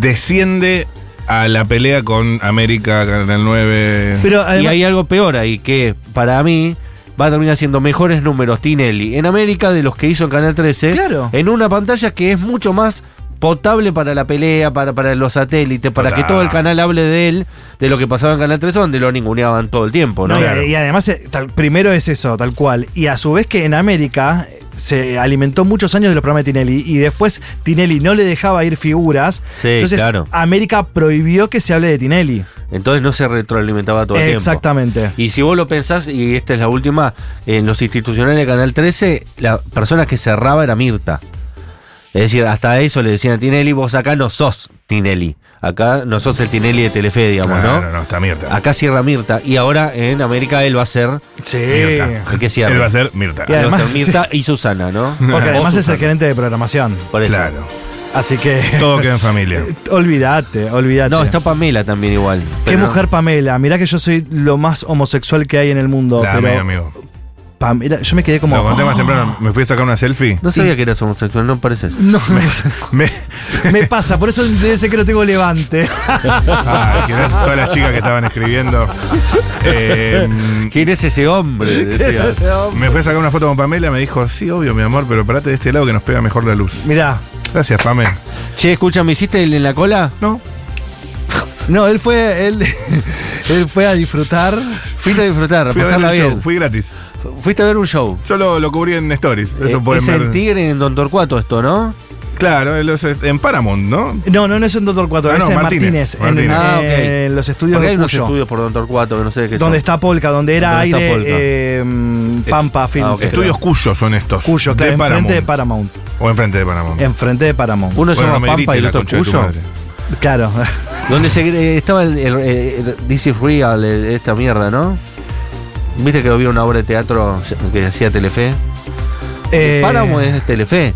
Speaker 4: desciende a la pelea con América, Canal 9.
Speaker 1: Pero
Speaker 3: y
Speaker 1: además-
Speaker 3: hay algo peor ahí, que para mí va a terminar siendo mejores números Tinelli en América de los que hizo en Canal 13.
Speaker 1: Claro.
Speaker 3: En una pantalla que es mucho más potable para la pelea, para, para los satélites, para
Speaker 4: Total.
Speaker 3: que todo el canal hable de él, de lo que pasaba en Canal 13, donde lo ninguneaban todo el tiempo, ¿no?
Speaker 1: No, y-
Speaker 4: Claro.
Speaker 1: y, además, eh, tal- primero es eso, tal cual. Y a su vez que en América eh, se alimentó muchos años de los programas de Tinelli y después Tinelli no le dejaba ir figuras.
Speaker 3: Sí,
Speaker 1: entonces
Speaker 3: claro.
Speaker 1: América prohibió que se hable de Tinelli.
Speaker 3: Entonces no se retroalimentaba todo el tiempo.
Speaker 1: Exactamente.
Speaker 3: Y si vos lo pensás, y esta es la última, en los institucionales de Canal 13, la persona que cerraba era Mirta. Es decir, hasta eso le decían a Tinelli, vos acá no sos Tinelli. Acá no sos el Tinelli de Telefe, digamos,
Speaker 4: Claro,
Speaker 3: ¿no?
Speaker 4: no, está Mirta.
Speaker 3: Acá cierra Mirta. Y ahora en América él va a ser,
Speaker 1: Sí.
Speaker 4: Mirta.
Speaker 3: el que cierra.
Speaker 4: Él va a ser Mirta.
Speaker 1: Y
Speaker 3: él va a
Speaker 1: además-
Speaker 3: ser Mirta y Susana, ¿no?
Speaker 1: Porque
Speaker 3: O
Speaker 1: además es el
Speaker 3: Susana.
Speaker 1: gerente de programación.
Speaker 3: Por eso.
Speaker 4: Claro.
Speaker 1: Así que.
Speaker 4: Todo queda en familia.
Speaker 1: olvídate, olvídate.
Speaker 3: No, está Pamela también igual.
Speaker 1: Qué
Speaker 3: pero-
Speaker 1: mujer Pamela. Mirá que yo soy lo más homosexual que hay en el mundo.
Speaker 4: La
Speaker 1: pero
Speaker 4: amé, amigo.
Speaker 1: Pamela, yo me quedé como. "Ah,
Speaker 4: Lo conté más temprano, me fui a sacar una selfie.
Speaker 3: No sabía que eras homosexual, no pareces.
Speaker 1: No,
Speaker 4: Me,
Speaker 1: me, me pasa, por eso debe ser que no tengo levante.
Speaker 4: Ay, que no- todas las chicas que estaban escribiendo. Eh,
Speaker 3: ¿Quién es ese hombre? Decía.
Speaker 4: me fui a sacar una foto con Pamela, me dijo, sí, obvio, mi amor, pero parate de este lado que nos pega mejor la luz.
Speaker 1: Mirá.
Speaker 4: Gracias, Pame.
Speaker 3: Che, escucha, ¿me hiciste el en la cola?
Speaker 4: No,
Speaker 1: No, él fue, él, él fue a disfrutar.
Speaker 3: Fuiste a disfrutar, a
Speaker 4: fui a ver
Speaker 3: pasarla
Speaker 4: el show,
Speaker 3: bien.
Speaker 4: fui gratis.
Speaker 3: Fuiste a ver un show.
Speaker 4: Solo lo cubrí en stories, eso
Speaker 3: Eh,
Speaker 4: pueden
Speaker 3: es
Speaker 4: ver.
Speaker 3: el tigre en Don Torcuato esto, ¿no?
Speaker 4: Claro, en, los- en Paramount, ¿no?
Speaker 1: No, no, no es en Doctor 4,
Speaker 4: Ah,
Speaker 1: es
Speaker 4: no,
Speaker 1: en
Speaker 4: Martínez,
Speaker 1: Martínez,
Speaker 4: Martínez.
Speaker 1: En,
Speaker 4: Ah,
Speaker 3: ok.
Speaker 1: eh, en los estudios
Speaker 3: Porque hay
Speaker 1: de
Speaker 3: unos
Speaker 1: Cuyo,
Speaker 3: estudios por Don Torcuato que no sé de qué
Speaker 1: donde
Speaker 3: son.
Speaker 1: está Polka, donde era
Speaker 3: ¿Dónde está
Speaker 1: aire
Speaker 3: Polka? ah,
Speaker 1: eh, Pampa Films.
Speaker 3: ok.
Speaker 1: creo.
Speaker 4: Estudios cuyos son estos.
Speaker 1: Cuyo, claro,
Speaker 4: de Paramount.
Speaker 1: enfrente de Paramount.
Speaker 4: O enfrente de Paramount.
Speaker 1: Enfrente de Paramount.
Speaker 3: Uno se
Speaker 4: Bueno, no
Speaker 3: llama
Speaker 4: me
Speaker 3: Pampa
Speaker 4: grites
Speaker 3: y el
Speaker 4: la
Speaker 3: otro
Speaker 4: concha de tu
Speaker 3: Cuyo.
Speaker 4: madre.
Speaker 1: Claro.
Speaker 3: Donde se, eh, estaba el, el- el- This is Real, el- esta mierda, ¿no? ¿Viste que había una obra de teatro que hacía Telefe?
Speaker 1: Eh,
Speaker 3: Páramo es Telefe.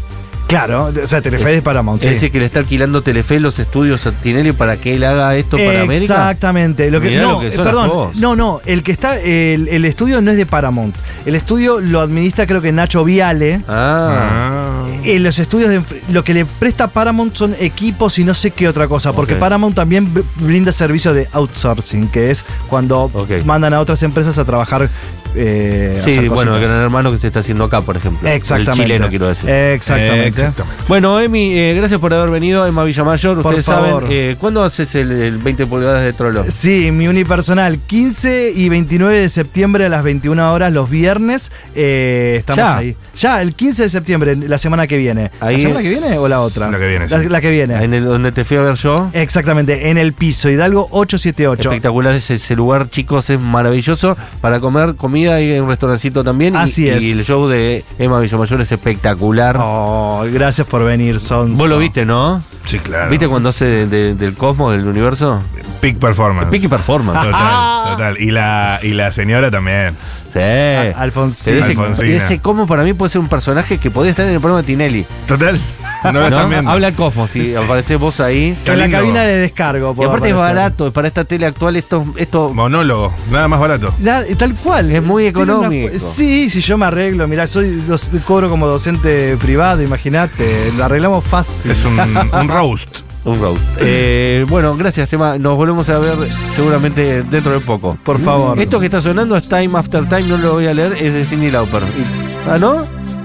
Speaker 1: Claro, o sea, Telefe es de Paramount. sí.
Speaker 3: Es decir, que le está alquilando Telefe los estudios a Tinelli para que él haga esto para América.
Speaker 1: Exactamente. Lo que,
Speaker 3: Mirá
Speaker 1: no,
Speaker 3: lo que
Speaker 1: eh,
Speaker 3: son las
Speaker 1: perdón.
Speaker 3: cosas.
Speaker 1: No, no. El que está. El, el estudio no es de Paramount. El estudio lo administra, creo que Nacho Viale.
Speaker 3: Ah,
Speaker 1: Eh, los estudios de, enfre- lo que le presta Paramount son equipos y no sé qué otra cosa, porque
Speaker 3: Ok.
Speaker 1: Paramount también br- brinda servicio de outsourcing, que es cuando
Speaker 3: Ok.
Speaker 1: mandan a otras empresas a trabajar. eh, a
Speaker 3: sí,
Speaker 1: hacer
Speaker 3: bueno, el
Speaker 1: cositas.
Speaker 3: gran hermano que se está haciendo acá, por ejemplo.
Speaker 1: Exactamente.
Speaker 3: El chileno, quiero decir.
Speaker 1: Exactamente.
Speaker 4: Exactamente.
Speaker 3: Bueno, Emi, eh, gracias por haber venido, Emma Villamayor.
Speaker 1: Por
Speaker 3: Ustedes
Speaker 1: favor.
Speaker 3: saben, eh, ¿cuándo haces el, el 20 pulgadas de Trollo?
Speaker 1: Sí, mi unipersonal, 15 y 29 de septiembre a las 21 horas, los viernes, eh, estamos
Speaker 3: Ya.
Speaker 1: ahí. Ya, el 15 de septiembre, la semana que viene.
Speaker 3: Ahí-
Speaker 1: ¿La semana que viene o la otra?
Speaker 4: La que viene,
Speaker 1: La,
Speaker 4: sí.
Speaker 1: la que viene.
Speaker 3: En el, donde te fui a ver yo.
Speaker 1: Exactamente, en el piso, Hidalgo 878.
Speaker 3: Espectacular es ese lugar, chicos, es maravilloso. Para comer comida hay un restaurancito también. y-
Speaker 1: Así es.
Speaker 3: Y el show de Emma Villamayor es espectacular.
Speaker 1: Oh, gracias por venir, Son.
Speaker 3: Vos lo viste, ¿no?
Speaker 4: Sí, claro.
Speaker 3: ¿Viste cuando hace de- de- del cosmos, del universo?
Speaker 4: Peak performance.
Speaker 3: Piqui Performance.
Speaker 4: Ah, Total, total. Y la, y la señora también.
Speaker 3: sí. Pero
Speaker 1: Eh, Alfonsín.
Speaker 3: ese,
Speaker 4: ah. Alfonsina.
Speaker 3: ese cosmos para mí puede ser un personaje que podría estar en el programa de Tinelli.
Speaker 4: Total. No lo están
Speaker 3: ¿no?
Speaker 4: viendo.
Speaker 3: Habla el cosmos, si apareces vos ahí.
Speaker 4: Está
Speaker 1: En la
Speaker 4: lindo.
Speaker 1: cabina de descargo.
Speaker 3: Y
Speaker 1: puedo
Speaker 3: aparte es
Speaker 1: aparecer.
Speaker 3: barato, para esta tele actual esto, esto
Speaker 4: Monólogo. Nada más barato.
Speaker 1: La- tal cual.
Speaker 3: Es muy
Speaker 1: Tiene una-
Speaker 3: económico.
Speaker 1: sí, si yo me arreglo, mirá, soy doc- cobro como docente privado, imagínate. Lo arreglamos fácil.
Speaker 4: Es un, un roast.
Speaker 3: un road. Eh, bueno, gracias, Emma. Nos volvemos a ver seguramente dentro de poco.
Speaker 1: Por favor.
Speaker 3: Esto que está sonando es Time After Time, no lo voy a leer, es de Cindy Lauper. Y- ah, ¿no?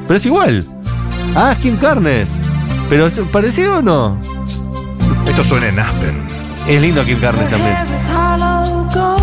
Speaker 3: Pero es igual. Ah, es Kim Carnes. ¿Pero es parecido o no?
Speaker 4: Esto suena en Aspen.
Speaker 3: Es lindo Kim Carnes también.